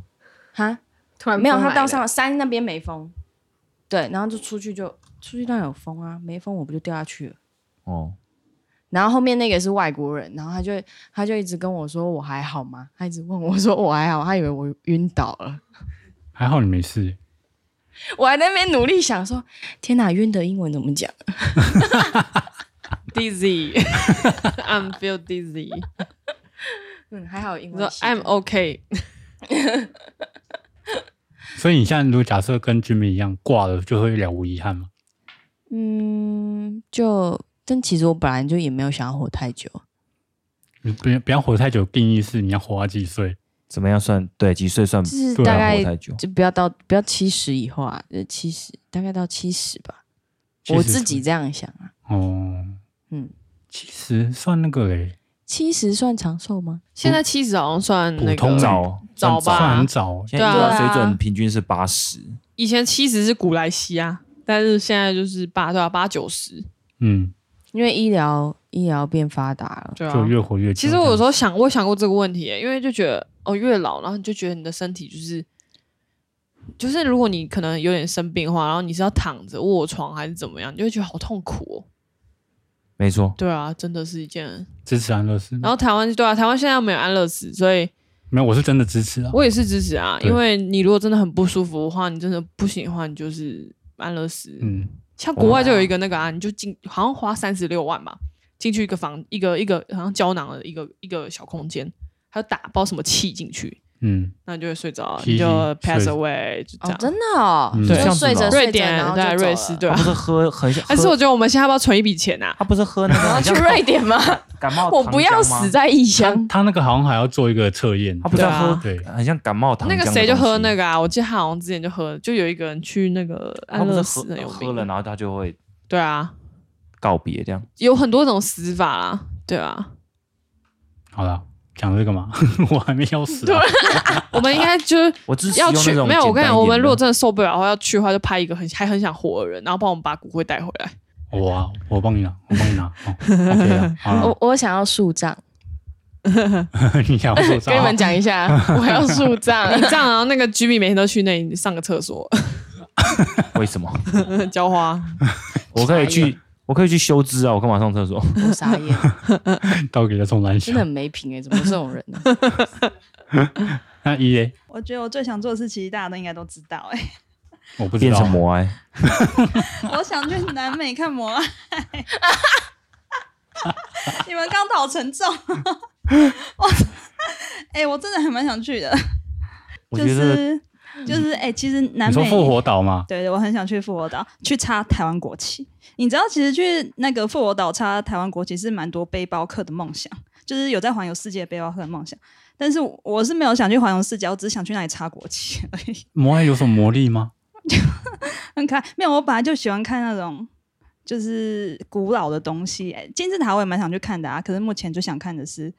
[SPEAKER 3] 哈，
[SPEAKER 6] 突然
[SPEAKER 3] 没有，
[SPEAKER 6] 风
[SPEAKER 3] 他
[SPEAKER 6] 来
[SPEAKER 3] 到
[SPEAKER 6] 了
[SPEAKER 3] 上山那边没风，对，然后就出去就出去当然有风啊，没风我不就掉下去了。
[SPEAKER 4] 哦，
[SPEAKER 3] 然后后面那个是外国人，然后他就他就一直跟我说我还好吗？他一直问我说我还好，他以为我晕倒了。
[SPEAKER 2] 还好你没事。
[SPEAKER 3] 我还在那边努力想说，天哪，晕的英文怎么讲？
[SPEAKER 2] (laughs)
[SPEAKER 1] Dizzy，I'm feel dizzy。
[SPEAKER 3] 嗯，还好有英
[SPEAKER 1] 你
[SPEAKER 3] 文
[SPEAKER 1] 说
[SPEAKER 3] 系的。
[SPEAKER 1] I'm OK，
[SPEAKER 2] 所以你现在如果假设跟居民一样挂了，就会了无遗憾嘛？
[SPEAKER 5] 嗯，就但其实我本来就也没有想要活太久，
[SPEAKER 2] 你不要不要活太久，定义是你要活到几岁？
[SPEAKER 4] 怎么样算对几岁算
[SPEAKER 5] 就是
[SPEAKER 2] 啊
[SPEAKER 4] 不
[SPEAKER 5] 大
[SPEAKER 4] 要
[SPEAKER 5] 概
[SPEAKER 4] 活太久？
[SPEAKER 5] 就不要到不要七十以后啊，呃，七十大概到七十吧，我
[SPEAKER 2] 70
[SPEAKER 5] 自己这样想啊，
[SPEAKER 2] 哦，
[SPEAKER 5] 嗯，
[SPEAKER 2] 其实算那个嘞，
[SPEAKER 5] 七十算长寿吗？
[SPEAKER 1] 现在七十好像算那
[SPEAKER 2] 普通
[SPEAKER 1] 个
[SPEAKER 2] 人
[SPEAKER 4] 早啊
[SPEAKER 1] 早吧啊
[SPEAKER 2] 算很早，
[SPEAKER 4] 现在医
[SPEAKER 1] 对
[SPEAKER 4] 疗
[SPEAKER 1] 啊
[SPEAKER 4] 水准平均是八十、
[SPEAKER 1] 以前七十是古来稀啊，但是现在就是八对啊八九十
[SPEAKER 2] 嗯，
[SPEAKER 5] 因为医疗医疗变发达了，
[SPEAKER 1] 对啊
[SPEAKER 2] 就。越活越久。
[SPEAKER 1] 其实我有时候想，我也想过这个问题耶，因为就觉得哦，越老，然后你就觉得你的身体就是，就是如果你可能有点生病的话，然后你是要躺着卧床还是怎么样，你就会觉得好痛苦哦。
[SPEAKER 4] 没错，
[SPEAKER 1] 对啊，真的是一件。
[SPEAKER 2] 支持安乐死，
[SPEAKER 1] 然后台湾对啊，台湾现在没有安乐死，所以
[SPEAKER 2] 没有，我是真的支持啊。
[SPEAKER 1] 我也是支持啊。
[SPEAKER 2] 对
[SPEAKER 1] 因为你如果真的很不舒服的话，你真的不行的话，你就是安乐死。
[SPEAKER 2] 嗯，
[SPEAKER 1] 像国外就有一个那个啊，你就进好像花三十六万吧，进去一个房一个一个好像胶囊的一个一个小空间，还有打包什么气进去，
[SPEAKER 2] 嗯，
[SPEAKER 1] 那你就会睡着，
[SPEAKER 2] 吸
[SPEAKER 1] 你就
[SPEAKER 2] 进
[SPEAKER 1] pass
[SPEAKER 2] 睡
[SPEAKER 1] away 就这
[SPEAKER 5] 哦
[SPEAKER 1] 样，。
[SPEAKER 5] 真的哦，
[SPEAKER 2] 嗯
[SPEAKER 5] 就
[SPEAKER 4] 对
[SPEAKER 5] 睡着
[SPEAKER 1] 瑞
[SPEAKER 5] 睡着，
[SPEAKER 1] 典
[SPEAKER 5] 然后就
[SPEAKER 1] 对
[SPEAKER 5] 走
[SPEAKER 1] 瑞
[SPEAKER 5] 了
[SPEAKER 1] 士对
[SPEAKER 4] 他
[SPEAKER 1] 啊
[SPEAKER 4] 不，是喝很像，
[SPEAKER 1] 但是我觉得我们现在要不要存一笔钱啊？
[SPEAKER 4] 他不是喝
[SPEAKER 5] (laughs)
[SPEAKER 4] 那
[SPEAKER 1] (laughs)
[SPEAKER 4] 个
[SPEAKER 5] 我要
[SPEAKER 4] 很
[SPEAKER 5] 去
[SPEAKER 4] 像
[SPEAKER 5] 瑞典吗？
[SPEAKER 4] 感冒，
[SPEAKER 5] 我不要死，在异乡。
[SPEAKER 2] 他那个好像还要做一个测验
[SPEAKER 4] 他，不是要喝
[SPEAKER 2] 对啊
[SPEAKER 4] 很像感冒糖浆
[SPEAKER 1] 那
[SPEAKER 4] 的
[SPEAKER 1] 个
[SPEAKER 4] 东西，
[SPEAKER 1] 谁就喝那个啊，我记得他好像之前就喝，就有一个人去那个
[SPEAKER 4] 他
[SPEAKER 1] 安
[SPEAKER 4] 不
[SPEAKER 1] 乐
[SPEAKER 4] 是
[SPEAKER 1] 死的
[SPEAKER 4] 喝
[SPEAKER 1] 有
[SPEAKER 4] 喝
[SPEAKER 1] 病
[SPEAKER 4] 了，然后他就会
[SPEAKER 1] 对啊，
[SPEAKER 4] 告别这样。
[SPEAKER 1] 有很多种死法啊，对啊，
[SPEAKER 2] 好了，讲这个嘛， (laughs) 我还没要死啊，
[SPEAKER 1] 我们应该就是
[SPEAKER 4] 我支持
[SPEAKER 1] 要
[SPEAKER 4] 用那
[SPEAKER 1] 去，
[SPEAKER 4] 种
[SPEAKER 1] 没有我跟你
[SPEAKER 4] 简
[SPEAKER 1] 讲，
[SPEAKER 4] 单一点的
[SPEAKER 1] 我们如果真的受不了的话，要去的话就拍一个很还很想活的人，然后帮我们把骨灰带回来。
[SPEAKER 4] (laughs)
[SPEAKER 2] 我啊，我帮你拿，我帮你拿，
[SPEAKER 4] OK 啊
[SPEAKER 2] 哦，
[SPEAKER 5] 我我想要树 (laughs) 葬，
[SPEAKER 2] 好了， (laughs) 你想
[SPEAKER 5] (laughs)
[SPEAKER 2] 说啥
[SPEAKER 5] 跟你？们讲一下，我要树葬
[SPEAKER 1] 你。这样，然啊后那个居民每天都去那里上个厕所，呃
[SPEAKER 4] 为什么？ (laughs)
[SPEAKER 1] 浇花。
[SPEAKER 4] 我可以去，我可以去修枝啊，我干嘛上厕 (laughs) 所？
[SPEAKER 5] 我傻眼，
[SPEAKER 2] 到底在冲蓝
[SPEAKER 5] 真的很没品哎、怎么会这种人呢、 (laughs)
[SPEAKER 2] 那 E 一耶，
[SPEAKER 7] 我觉得我最想做的事，其实大家都应该都知道、哎，
[SPEAKER 2] 我不知
[SPEAKER 4] 变
[SPEAKER 2] 道
[SPEAKER 4] 成魔哀，
[SPEAKER 7] (laughs)
[SPEAKER 4] (laughs)
[SPEAKER 7] 我想去南美看摩爱。 (laughs) 你们刚好沉重， (laughs) 我哎、我真的还蛮想去的，
[SPEAKER 4] 我
[SPEAKER 7] 就
[SPEAKER 4] 觉得
[SPEAKER 7] 是就是哎、其实南
[SPEAKER 2] 你说
[SPEAKER 7] 美
[SPEAKER 2] 复活岛嘛，
[SPEAKER 7] 对对，我很想去复活岛去插台湾国旗。你知道，其实去那个复活岛插台湾国旗是蛮多背包客的梦想，就是有在环游世界的背包客的梦想。但是我是没有想去环游世界，我只是想去那里插国旗而已。
[SPEAKER 2] 魔爱有什么魔力吗？
[SPEAKER 7] 很可爱，没有，我本来就喜欢看那种就是古老的东西。哎，金字塔我也蛮想去看的啊，可是目前就想看的是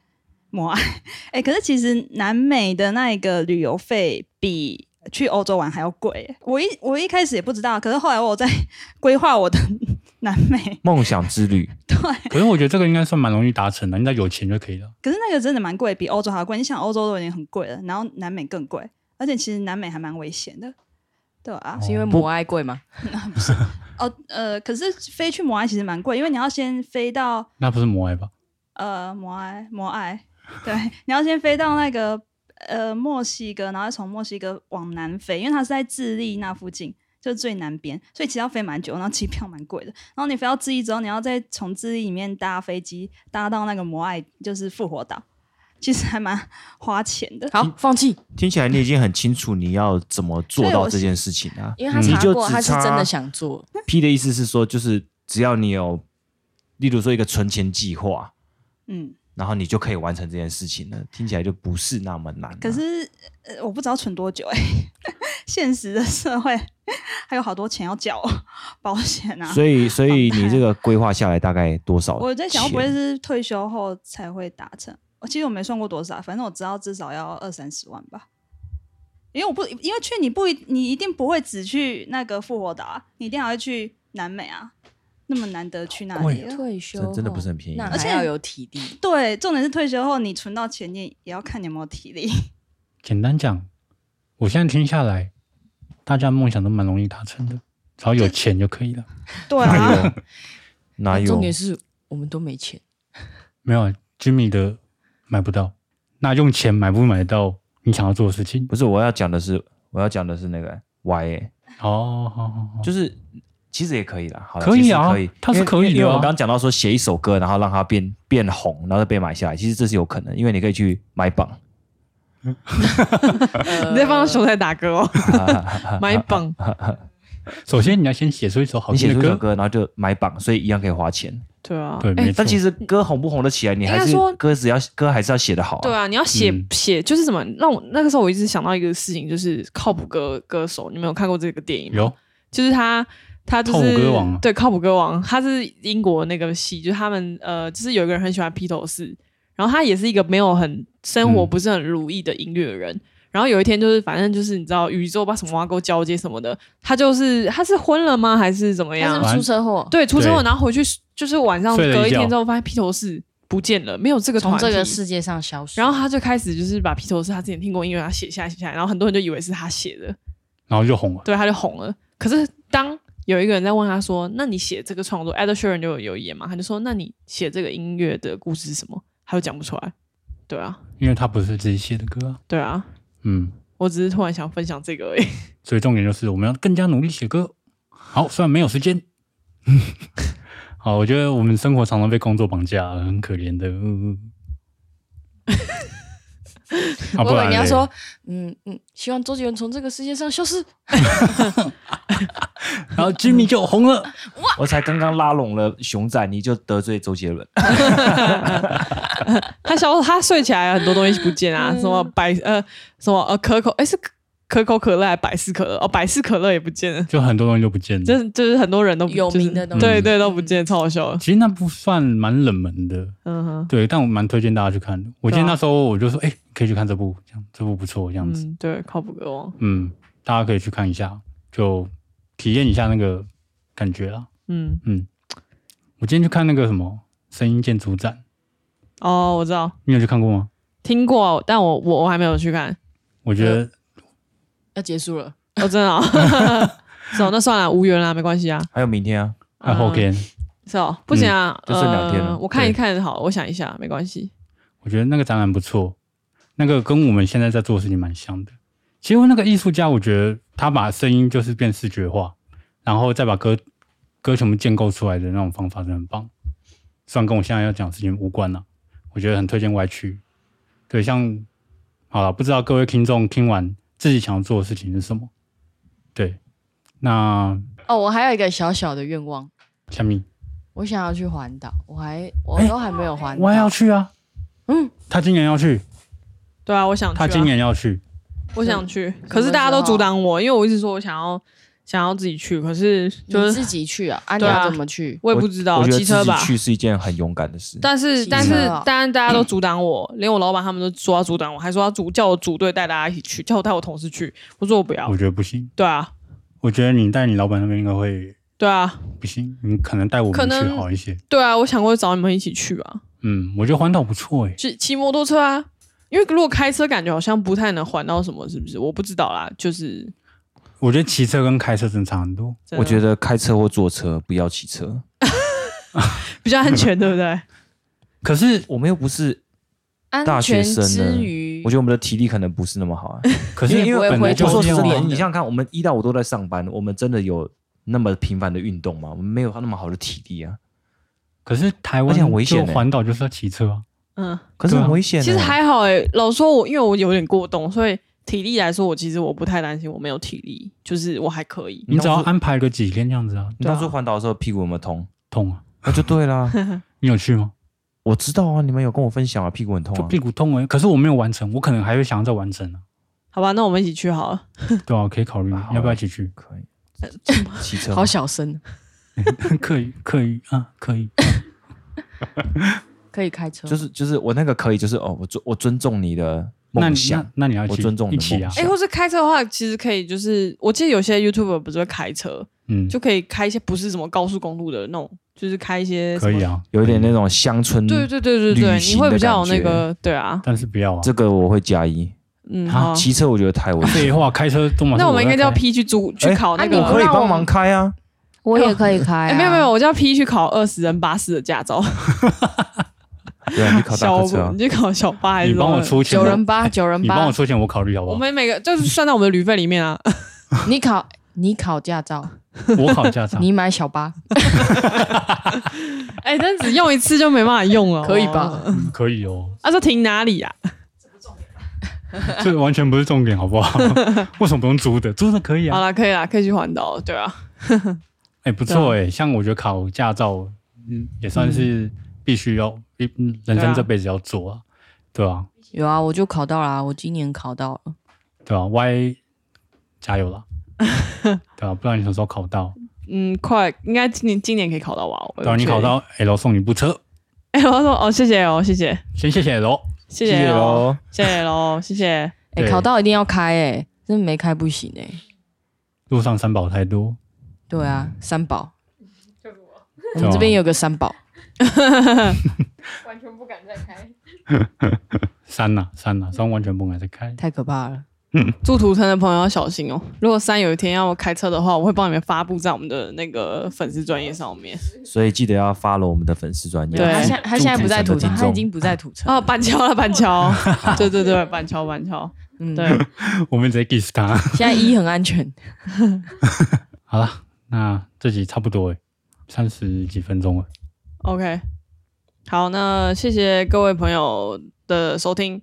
[SPEAKER 7] 摩爱。 (laughs) 哎，可是其实南美的那一个旅游费比去欧洲玩还要贵。哎我一我一开始也不知道，可是后来我有在 (laughs) 规划我的 (laughs) 南美，
[SPEAKER 4] 梦想之旅，
[SPEAKER 7] 对，
[SPEAKER 2] 可是我觉得这个应该算蛮容易达成的，你只要有钱就可以了。
[SPEAKER 7] 可是那个真的蛮贵，比欧洲还要贵。你想欧洲都已经很贵了，然后南美更贵，而且其实南美还蛮危险的。对啊，
[SPEAKER 5] 是因为母爱贵吗？
[SPEAKER 7] 哦，呃，可是飞去摩埃其实蛮贵，因为你要先飞到
[SPEAKER 2] 那不是魔爱吧？
[SPEAKER 7] 呃，摩埃，摩埃，对，你要先飞到那个呃墨西哥，然后再从墨西哥往南飞，因为它是在智利那附近，就是最南边，所以其实要飞蛮久，然后机票蛮贵的。然后你飞到智利之后，你要再从智利里面搭飞机搭到那个摩埃，就是复活岛，其实还蛮花钱的。
[SPEAKER 5] 好，放弃，
[SPEAKER 4] 听起来你已经很清楚你要怎么做到这件事情啊。
[SPEAKER 5] 因为他
[SPEAKER 2] 嗯
[SPEAKER 5] 查
[SPEAKER 4] 你就
[SPEAKER 5] 过，
[SPEAKER 4] 只
[SPEAKER 5] 他是真
[SPEAKER 4] 差
[SPEAKER 5] 的想做。
[SPEAKER 4] P 的意思是说，就是只要你有，例如说一个存钱计划，
[SPEAKER 7] 嗯，
[SPEAKER 4] 然后你就可以完成这件事情了。听起来就不是那么难啊、
[SPEAKER 7] 可是呃，我不知道存多久哎、 (laughs) 现实的社会还有好多钱要缴哦保险啊。
[SPEAKER 4] 所以所以你这个规划下来大概多少？
[SPEAKER 7] 我在想，会不会是退休后才会达成？我其实我没算过多少，反正我知道至少要二三十万吧。因为我不，因为去你不一，你一定不会只去那个复活岛啊，你一定还会去南美啊，那么难得去那里。
[SPEAKER 5] 退休
[SPEAKER 4] 真真的
[SPEAKER 5] 后
[SPEAKER 4] 不是很便宜
[SPEAKER 5] 那
[SPEAKER 4] 而
[SPEAKER 5] 还
[SPEAKER 7] 且
[SPEAKER 5] 要有体力。
[SPEAKER 7] 对，重点是退休后你存到钱，你也要看你有没有体力。
[SPEAKER 2] 简单讲，我现在听下来，大家梦想都蛮容易达成的，只要有钱就可以了。
[SPEAKER 7] 对
[SPEAKER 4] (laughs) 哪
[SPEAKER 7] 啊，
[SPEAKER 4] 有？哪有？
[SPEAKER 5] 重点是我们都没钱，
[SPEAKER 2] 没有啊 Jimmy 的买不到，那用钱买不买得到你想要做的事情？
[SPEAKER 4] 不是我要讲的是，我要讲的是那个 Y，、欸、
[SPEAKER 2] 哦，好好好，
[SPEAKER 4] 就是其实也可以啦，好啦
[SPEAKER 2] 可以啊
[SPEAKER 4] 其实可以，
[SPEAKER 2] 它是
[SPEAKER 4] 因为
[SPEAKER 2] 可以的啊
[SPEAKER 4] 因为因为我们刚刚讲到说写一首歌，然后让它变变红，然后再被买下来，其实这是有可能，因为你可以去买榜，
[SPEAKER 5] 你
[SPEAKER 1] 你在帮熊仔打歌哦，
[SPEAKER 4] (laughs) 哈哈哈哈
[SPEAKER 1] 买榜
[SPEAKER 2] 首先你要先写出一首好
[SPEAKER 4] 你写
[SPEAKER 2] 听
[SPEAKER 4] 出
[SPEAKER 2] 哦的
[SPEAKER 4] 一首
[SPEAKER 2] 歌，
[SPEAKER 4] 歌，然后就买榜，所以一样可以花钱。
[SPEAKER 1] 对啊，
[SPEAKER 2] 对，没错。
[SPEAKER 4] 但其实歌红不红得起来，你还
[SPEAKER 1] 应该
[SPEAKER 4] 是
[SPEAKER 1] 说
[SPEAKER 4] 歌只要歌还是要写得好、啊。
[SPEAKER 1] 对啊，你要写
[SPEAKER 2] 嗯
[SPEAKER 1] 写、就是怎么让我那个时候我一直想到一个事情，就是靠谱歌歌手，你们有看过这个电影吗？
[SPEAKER 2] 有，
[SPEAKER 1] 就是他他就是
[SPEAKER 2] 靠谱歌王啊
[SPEAKER 1] 对靠谱歌王，他是英国那个戏，就是他们呃，就是有一个人很喜欢披头士，然后他也是一个没有很生活
[SPEAKER 2] 嗯
[SPEAKER 1] 不是很如意的音乐人。然后有一天，就是反正就是你知道宇宙把什么挖沟交接什么的，他就是他是昏了吗，还是怎么
[SPEAKER 5] 他
[SPEAKER 1] 样
[SPEAKER 5] 是？不是出车祸？
[SPEAKER 1] 对，出车祸，
[SPEAKER 2] 对
[SPEAKER 1] 然后回去就是晚上
[SPEAKER 2] 睡了一
[SPEAKER 1] 隔一天
[SPEAKER 2] 觉
[SPEAKER 1] 之后，发现披头士不见了，没有这个
[SPEAKER 5] 啊从
[SPEAKER 1] 团
[SPEAKER 5] 这个
[SPEAKER 1] 体
[SPEAKER 5] 世界上消失。
[SPEAKER 1] 然后他就开始就是把披头士他之前听过音乐，他写下来写下来，然后很多人就以为是他写的，
[SPEAKER 2] 然后就红了。
[SPEAKER 1] 对，他就红了。可是当有一个人在问他说：“那你写这个创作 e d s h e r a n 就有有演嘛？”他就说：“那你写这个音乐的故事是什么？”他就讲不出来。对啊，
[SPEAKER 2] 因为他不是自己写的歌、啊，
[SPEAKER 1] 对啊，
[SPEAKER 2] 嗯，
[SPEAKER 1] 我只是突然想分享这个而已。 (laughs)
[SPEAKER 2] 所以重点就是我们要更加努力写歌。好，虽然没有时间。 (laughs) 好，我觉得我们生活常常被工作绑架，很可
[SPEAKER 5] (laughs)
[SPEAKER 2] 怜的。嗯、啊，
[SPEAKER 5] 我
[SPEAKER 2] 不
[SPEAKER 5] 以
[SPEAKER 2] 然
[SPEAKER 5] 为你要
[SPEAKER 2] 嘞
[SPEAKER 5] 说，嗯嗯，希望周杰伦从这个世界上消失。
[SPEAKER 2] 然后 Jimmy 就红了。
[SPEAKER 4] 我才刚刚拉拢了熊仔，你就得罪周杰
[SPEAKER 2] (laughs)
[SPEAKER 4] 伦。
[SPEAKER 1] 他小他睡起来很多东西不见啊，什么百呃什么呃可口哎是可可口可乐还是百事可乐哦，百事可乐也不见了。
[SPEAKER 2] 就很多东西就不见了。
[SPEAKER 1] 就是就是很多人都不
[SPEAKER 5] 有名
[SPEAKER 1] 就是
[SPEAKER 5] 的东
[SPEAKER 1] 对
[SPEAKER 2] 西
[SPEAKER 1] 对都不见，超好笑的。
[SPEAKER 2] 其实那部算蛮冷门的，
[SPEAKER 1] 嗯哼，
[SPEAKER 2] 对，但我蛮推荐大家去看的。我记得
[SPEAKER 1] 对啊
[SPEAKER 2] 那时候我就说，哎、可以去看这部，这样这部不错，这样子，
[SPEAKER 1] 嗯，对，靠谱歌王。
[SPEAKER 2] 嗯大家可以去看一下，就体验一下那个感觉啦。
[SPEAKER 1] 嗯，
[SPEAKER 2] 我今天去看那个什么声音建筑展，
[SPEAKER 1] 哦，我知道，
[SPEAKER 2] 你有去看过吗？
[SPEAKER 1] 听过，但我我我还没有去看。
[SPEAKER 2] 我觉得
[SPEAKER 5] 要结束了，
[SPEAKER 1] (laughs) 哦，真的、哦，是哦，那算了，无缘啦，没关系啊。
[SPEAKER 4] 还有明天啊，
[SPEAKER 2] 还后天，
[SPEAKER 1] 是哦，不行啊，
[SPEAKER 4] 就剩两天了
[SPEAKER 1] 呃我看一
[SPEAKER 2] 对
[SPEAKER 1] 看好了，我想一下，没关系。
[SPEAKER 2] 我觉得那个展览不错，那个跟我们现在在做的事情蛮像的。其实那个艺术家，我觉得他把声音就是变视觉化，然后再把歌歌全部建构出来的那种方法是很棒。虽然跟我现在要讲的事情无关了、我觉得很推荐歪曲。对，像好了，不知道各位听众听完自己想要做的事情是什么？对，那
[SPEAKER 5] 哦，我还有一个小小的愿望，
[SPEAKER 2] 下面
[SPEAKER 5] 我想要去环岛，我还我
[SPEAKER 2] 哎
[SPEAKER 5] 都还没有环岛。
[SPEAKER 2] 我也要去啊，
[SPEAKER 5] 嗯，
[SPEAKER 2] 他今年要去，
[SPEAKER 1] 对啊，我想去、啊。
[SPEAKER 2] 他今年要去，
[SPEAKER 1] 我想去，
[SPEAKER 5] 候
[SPEAKER 1] 可是大家都阻挡我，因为我一直说我想要想要自己去，可是就
[SPEAKER 5] 你
[SPEAKER 1] 是
[SPEAKER 5] 自己去啊？啊，你
[SPEAKER 1] 对啊
[SPEAKER 5] 要怎么去？
[SPEAKER 1] 我也不知道
[SPEAKER 4] 我觉得
[SPEAKER 1] 骑
[SPEAKER 4] 自
[SPEAKER 1] 车
[SPEAKER 4] 己
[SPEAKER 1] 吧。
[SPEAKER 4] 去是一件很勇敢的事。
[SPEAKER 1] 但是
[SPEAKER 5] 骑
[SPEAKER 1] 但是
[SPEAKER 5] 车啊
[SPEAKER 1] 但大家都阻挡我，连我老板他们都说要阻挡我，还说要组叫我组队带大家一起去，叫我带我同事去。我说我不要
[SPEAKER 2] 我。觉得不行。
[SPEAKER 1] 对啊，
[SPEAKER 2] 我觉得你带你老板那边应该会
[SPEAKER 1] 对啊，
[SPEAKER 2] 不行，你可能带我
[SPEAKER 1] 可
[SPEAKER 2] 们
[SPEAKER 1] 能
[SPEAKER 2] 去好一些。
[SPEAKER 1] 对啊，我想过找你们一起去啊。
[SPEAKER 2] 嗯，我觉得环岛不错诶。
[SPEAKER 1] 骑骑摩托车啊，因为如果开车感觉好像不太能环到什么，是不是？我不知道啦，就是
[SPEAKER 2] 我觉得骑车跟开车真的差很多。
[SPEAKER 1] 真的
[SPEAKER 4] 我觉得开车或坐车不要骑车，
[SPEAKER 1] 比较安全，对不对？
[SPEAKER 2] 可是，
[SPEAKER 4] 我们又不是，大
[SPEAKER 5] 安全
[SPEAKER 4] 学生
[SPEAKER 5] 之
[SPEAKER 4] 呢
[SPEAKER 5] 余，
[SPEAKER 4] 我觉得我们的体力可能不是那么好、啊。
[SPEAKER 2] 可
[SPEAKER 4] 因
[SPEAKER 2] 是
[SPEAKER 4] 为因
[SPEAKER 5] 为
[SPEAKER 2] 本来
[SPEAKER 5] 回
[SPEAKER 2] 就
[SPEAKER 4] 我说
[SPEAKER 2] 是
[SPEAKER 4] 真
[SPEAKER 2] 这
[SPEAKER 4] 的，
[SPEAKER 2] 样
[SPEAKER 4] 你想想看，我们一到五都在上班，我们真的有那么频繁的运动吗？我们没有那么好的体力啊，
[SPEAKER 2] 可是台
[SPEAKER 4] 而
[SPEAKER 2] 湾
[SPEAKER 4] 且很危险
[SPEAKER 2] 就
[SPEAKER 4] 欸
[SPEAKER 2] 环岛就是要骑车啊。
[SPEAKER 1] 嗯，
[SPEAKER 4] 可是
[SPEAKER 2] 对啊
[SPEAKER 4] 很危险、欸。
[SPEAKER 1] 其实还好诶、老实说我因为我有点过动，所以体力来说，我其实我不太担心我没有体力，就是我还可以。
[SPEAKER 2] 你只要
[SPEAKER 4] 当初
[SPEAKER 2] 安排个几天这样子啊，
[SPEAKER 4] 你当初环岛的时候屁股有没有痛？
[SPEAKER 2] 痛啊！
[SPEAKER 4] 那就对啦，
[SPEAKER 2] 你有去吗？
[SPEAKER 4] (laughs) 我知道啊，你们有跟我分享啊，屁股很痛
[SPEAKER 2] 就
[SPEAKER 4] 啊。
[SPEAKER 2] 屁股痛欸诶。可是我没有完成，我可能还会想要再完
[SPEAKER 4] (laughs)
[SPEAKER 2] 成啊。
[SPEAKER 1] 好吧，那我们一起去好了。
[SPEAKER 2] 对啊，可以考虑
[SPEAKER 4] 好？
[SPEAKER 2] 要不要一起去
[SPEAKER 4] 欸可以 (laughs) 骑车吗，
[SPEAKER 5] 好小声，
[SPEAKER 2] 可以，可以啊，可以。
[SPEAKER 5] 可以开车。
[SPEAKER 4] 就是就是我那个可以，就是哦，我尊我尊重你的
[SPEAKER 2] 那
[SPEAKER 4] 梦
[SPEAKER 2] 你
[SPEAKER 4] 想
[SPEAKER 2] 那，那你要一
[SPEAKER 4] 我
[SPEAKER 2] 起
[SPEAKER 4] 尊重你
[SPEAKER 2] 一
[SPEAKER 4] 的
[SPEAKER 2] 起
[SPEAKER 4] 梦
[SPEAKER 2] 啊？
[SPEAKER 1] 哎、
[SPEAKER 4] 想
[SPEAKER 1] 或是开车的话，其实可以，就是我记得有些 YouTuber 不是会开车，
[SPEAKER 2] 嗯，
[SPEAKER 1] 就可以开一些不是什么高速公路的那种，就是开一些
[SPEAKER 2] 可以
[SPEAKER 1] 啊。
[SPEAKER 2] 啊，
[SPEAKER 4] 有一点
[SPEAKER 2] 可以
[SPEAKER 4] 那种乡村。
[SPEAKER 1] 对对对对对，
[SPEAKER 4] 旅
[SPEAKER 1] 你
[SPEAKER 4] 行
[SPEAKER 1] 会
[SPEAKER 4] 的
[SPEAKER 1] 比较有
[SPEAKER 4] 感
[SPEAKER 1] 那
[SPEAKER 4] 觉
[SPEAKER 1] 个对啊，
[SPEAKER 2] 但是不要啊。
[SPEAKER 4] 这个我会加一。
[SPEAKER 1] 嗯，
[SPEAKER 2] 啊
[SPEAKER 1] 好。
[SPEAKER 4] 骑车我觉得太危险。
[SPEAKER 2] 废话，开车都马上
[SPEAKER 1] 那我们应该
[SPEAKER 2] 在
[SPEAKER 1] 叫
[SPEAKER 2] 开
[SPEAKER 1] P 去租去
[SPEAKER 4] 哎
[SPEAKER 1] 考那
[SPEAKER 5] 啊
[SPEAKER 1] 个。
[SPEAKER 5] 你
[SPEAKER 4] 我可以
[SPEAKER 5] 让我
[SPEAKER 4] 帮忙开啊，
[SPEAKER 5] 我也可以开、啊
[SPEAKER 1] 哎、没有没有，，我叫 P 去考二十人巴士的驾照，
[SPEAKER 4] (laughs) 对啊，你考大
[SPEAKER 1] 小
[SPEAKER 4] 客车啊
[SPEAKER 1] 你。去考小巴还是
[SPEAKER 2] 你帮我
[SPEAKER 1] 什么
[SPEAKER 2] 出钱，
[SPEAKER 5] 九人八，九人
[SPEAKER 2] 你帮
[SPEAKER 5] 八
[SPEAKER 2] 我，出钱，我考虑好不
[SPEAKER 1] 我
[SPEAKER 2] 好？
[SPEAKER 1] 们每个就是算到我们的旅费里面啊。
[SPEAKER 5] 你考你考驾照，
[SPEAKER 2] 我考驾照，
[SPEAKER 5] 你买小巴
[SPEAKER 1] (laughs) 哎、但只用一 (laughs) 次就没办法用了，哦
[SPEAKER 5] 可以
[SPEAKER 2] 嗯
[SPEAKER 1] 好不好
[SPEAKER 5] 吧？？
[SPEAKER 1] 啊
[SPEAKER 2] 可以哦。
[SPEAKER 1] 啊，这停哪里呀、
[SPEAKER 2] 这完全不是重点，好不
[SPEAKER 1] (laughs)
[SPEAKER 2] 好？为什么不用租的？租的可以
[SPEAKER 1] 好
[SPEAKER 2] 啊。
[SPEAKER 1] 啦，可以啦，可以去环岛了，对啊，
[SPEAKER 2] 哎、不错哎、像我觉得考驾照，嗯，也算是必须要，一嗯人
[SPEAKER 1] 对啊
[SPEAKER 2] 生这辈子要做啊，对啊，
[SPEAKER 5] 有啊，我就考到啦，我今年考到了。
[SPEAKER 2] 对啊，Y 加油
[SPEAKER 1] (laughs)
[SPEAKER 2] 啦！对啊，不然你什么时候考到？
[SPEAKER 1] 嗯，快，应该今年今年可以考到吧？我
[SPEAKER 2] 对啊，你考，到 L 送你部车，
[SPEAKER 1] (laughs) 哎、我说哦，谢谢哦，谢谢，
[SPEAKER 2] 先谢谢 L。
[SPEAKER 1] 谢谢哦，
[SPEAKER 4] 喽。
[SPEAKER 1] 谢谢喽，谢谢。
[SPEAKER 5] 哎、
[SPEAKER 2] 对
[SPEAKER 5] 考到一定要开哎、真的没开不行哎、
[SPEAKER 2] 路上三宝太多，
[SPEAKER 5] 对啊，三宝，啊
[SPEAKER 6] 就是我
[SPEAKER 5] 我们这边有个三宝，
[SPEAKER 6] 完全不敢再开。
[SPEAKER 2] 山呐、山呐、山完全不敢再开。 (laughs)
[SPEAKER 5] 太可怕了。
[SPEAKER 1] 住土城的朋友要小心哦！如果三有一天要开车的话，我会帮你们发布在我们的那个粉丝专业上面。
[SPEAKER 4] 所以记得要 follow 我们的粉丝专业。
[SPEAKER 1] 对
[SPEAKER 5] 他现在他现在不在土
[SPEAKER 4] 住
[SPEAKER 5] 城，
[SPEAKER 4] 城的听众
[SPEAKER 5] 他已经不在土城。
[SPEAKER 1] 哦，板桥了，板桥， (laughs) 对对对，板桥，板桥，
[SPEAKER 5] 嗯，
[SPEAKER 1] 对，
[SPEAKER 2] 我们直接 diss 他。
[SPEAKER 5] 现在一很安全。
[SPEAKER 2] 好了，那这集差不多诶，三十几分钟了。
[SPEAKER 1] OK，好，那谢谢各位朋友的收听。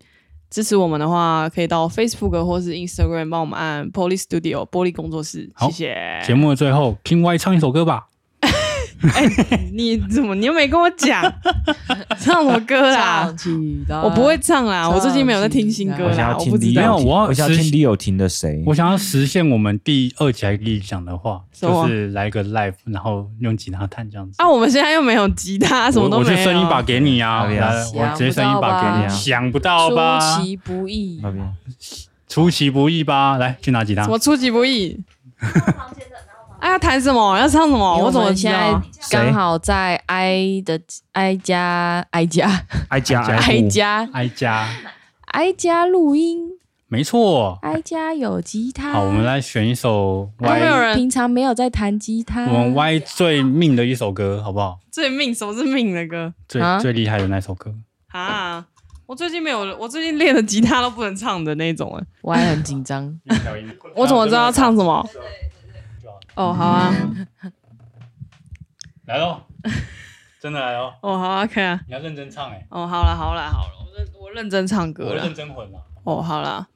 [SPEAKER 1] 支持我们的话，可以到 Facebook 或是 Instagram 帮我们按 Police Studio 玻璃工作室，
[SPEAKER 2] 好
[SPEAKER 1] 谢谢。
[SPEAKER 2] 节目的最后，King Y 唱一首歌吧。
[SPEAKER 1] 你怎么你又没跟我
[SPEAKER 2] (laughs)
[SPEAKER 1] 讲唱什么歌啦
[SPEAKER 5] 唱？起来
[SPEAKER 1] 啊我不会，唱啦，我最近没有在听新歌
[SPEAKER 5] 对
[SPEAKER 4] 我想
[SPEAKER 1] 啦
[SPEAKER 4] 要，
[SPEAKER 1] 我
[SPEAKER 4] 听
[SPEAKER 1] 不知
[SPEAKER 4] 李
[SPEAKER 1] 道
[SPEAKER 2] 没。有
[SPEAKER 4] 友廷，
[SPEAKER 2] 我要
[SPEAKER 4] 我想要
[SPEAKER 2] 实
[SPEAKER 4] 听李友廷的
[SPEAKER 1] 嗯
[SPEAKER 4] 谁？
[SPEAKER 2] 我想要实现我们第二集还是第一集讲的话，
[SPEAKER 1] 什么
[SPEAKER 2] 就是来一个 live，然后用吉他弹这样子。
[SPEAKER 1] 啊，我们现在又没有吉他，什么
[SPEAKER 2] 我
[SPEAKER 1] 都
[SPEAKER 2] 我
[SPEAKER 1] 没有。
[SPEAKER 2] 就升一把给你啊！
[SPEAKER 4] 哎呀
[SPEAKER 2] 来，
[SPEAKER 5] 想
[SPEAKER 2] 我直接
[SPEAKER 5] 不
[SPEAKER 2] 升一
[SPEAKER 5] 到
[SPEAKER 2] 把给你啊！
[SPEAKER 4] 吧
[SPEAKER 2] 想不到吧？
[SPEAKER 5] 出其不意
[SPEAKER 4] 那。边
[SPEAKER 2] 出其不意吧？来，去拿吉他
[SPEAKER 1] 什。么出其
[SPEAKER 5] (laughs)
[SPEAKER 1] 不意？哎，要弹什么？要唱什么？
[SPEAKER 5] 因为
[SPEAKER 1] 哦我怎么
[SPEAKER 5] 们
[SPEAKER 1] 知
[SPEAKER 5] 现
[SPEAKER 1] 道
[SPEAKER 5] 在？刚
[SPEAKER 4] 谁
[SPEAKER 5] 好在 I 的 I 加 I 加
[SPEAKER 4] 哀家
[SPEAKER 5] I 加
[SPEAKER 2] 哀家，
[SPEAKER 5] I 加录音
[SPEAKER 2] 没错。
[SPEAKER 5] ，I 加有吉他。
[SPEAKER 2] 好，我们来选一首
[SPEAKER 1] 都嗯没有
[SPEAKER 2] Y，
[SPEAKER 1] 人
[SPEAKER 5] 平常没有在弹吉他。
[SPEAKER 2] 我们 Y 最命的一首歌，好不好？
[SPEAKER 1] 最命什么是命的歌
[SPEAKER 2] 最
[SPEAKER 5] 啊
[SPEAKER 2] 最厉害的那首歌。
[SPEAKER 1] 啊？我最近没有，我最近练的吉他都不能唱的那种哎，
[SPEAKER 5] 我还很紧张。
[SPEAKER 1] (laughs) 我怎么知道要唱什么？哦，好啊，
[SPEAKER 2] 来喽， (laughs) 真的来喽！
[SPEAKER 1] 哦，好啊，可以啊，
[SPEAKER 2] 你要认真唱哎，
[SPEAKER 1] 哦，好了，好了，好了，我认我认真唱歌
[SPEAKER 2] 我
[SPEAKER 1] 了
[SPEAKER 2] 认，真混了。
[SPEAKER 1] 哦，好了，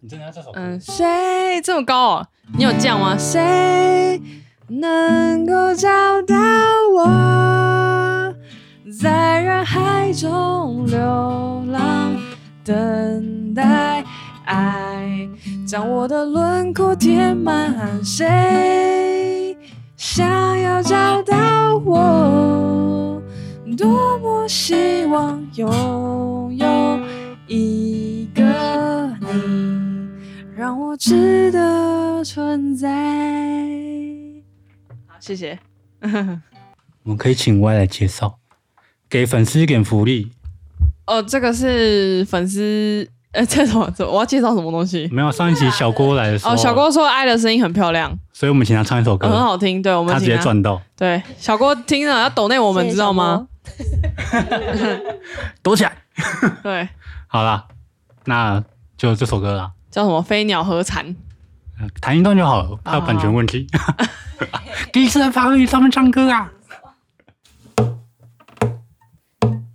[SPEAKER 2] 你真的要这首歌？
[SPEAKER 1] 嗯，谁这么高哦？你有这样吗？谁能够找到我，在人海中流浪，等待爱将我的轮廓填满？谁想要找到我？多么希望拥有一个你。让我值得存在。好，谢谢。
[SPEAKER 2] 我们可以请 Y 来介绍，给粉丝一点福利。
[SPEAKER 1] 哦，这个是粉丝，呃， (laughs) 这什么？这我要介绍什么东西？
[SPEAKER 2] 没有上一集小郭来的时候，
[SPEAKER 1] 哦，小郭，说爱的声音很漂亮，哦
[SPEAKER 2] 所以我们请他唱一首歌，
[SPEAKER 1] 很好听。对，我们
[SPEAKER 2] 嗯他直
[SPEAKER 1] 请
[SPEAKER 2] 接赚到，
[SPEAKER 1] 对，小郭听了要抖内我们，知道吗？
[SPEAKER 2] 躲起来。
[SPEAKER 1] 对，
[SPEAKER 2] 好啦，那就这首歌啦，
[SPEAKER 1] 叫什么飞鸟和蝉？
[SPEAKER 2] 呃弹一段就好了，怕有版权问题。
[SPEAKER 1] 哦
[SPEAKER 2] (laughs) 第一次在法律上面唱歌啊。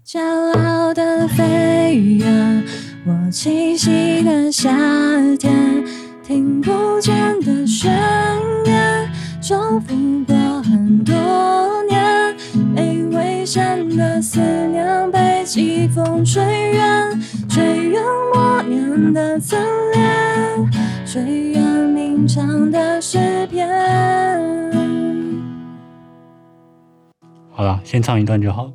[SPEAKER 8] 骄傲的飞远，我栖息的夏天，听不见的宣言，重复过很多年。被危险的思念被季风吹远，吹远默念的侧脸，吹远鸣唱的诗篇。
[SPEAKER 2] 好啦，先唱一段就好了。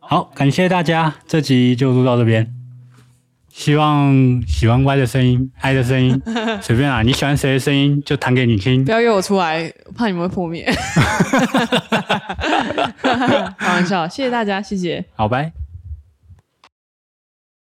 [SPEAKER 2] 好，感谢大家，这集就录到这边。希望喜欢歪的声音、爱的声音，随便啊，你喜欢谁的声音就弹给你听
[SPEAKER 1] 不。要约我出来，怕你们会破 (laughs) 灭。开玩笑，谢谢大家，谢谢。
[SPEAKER 2] 好，拜。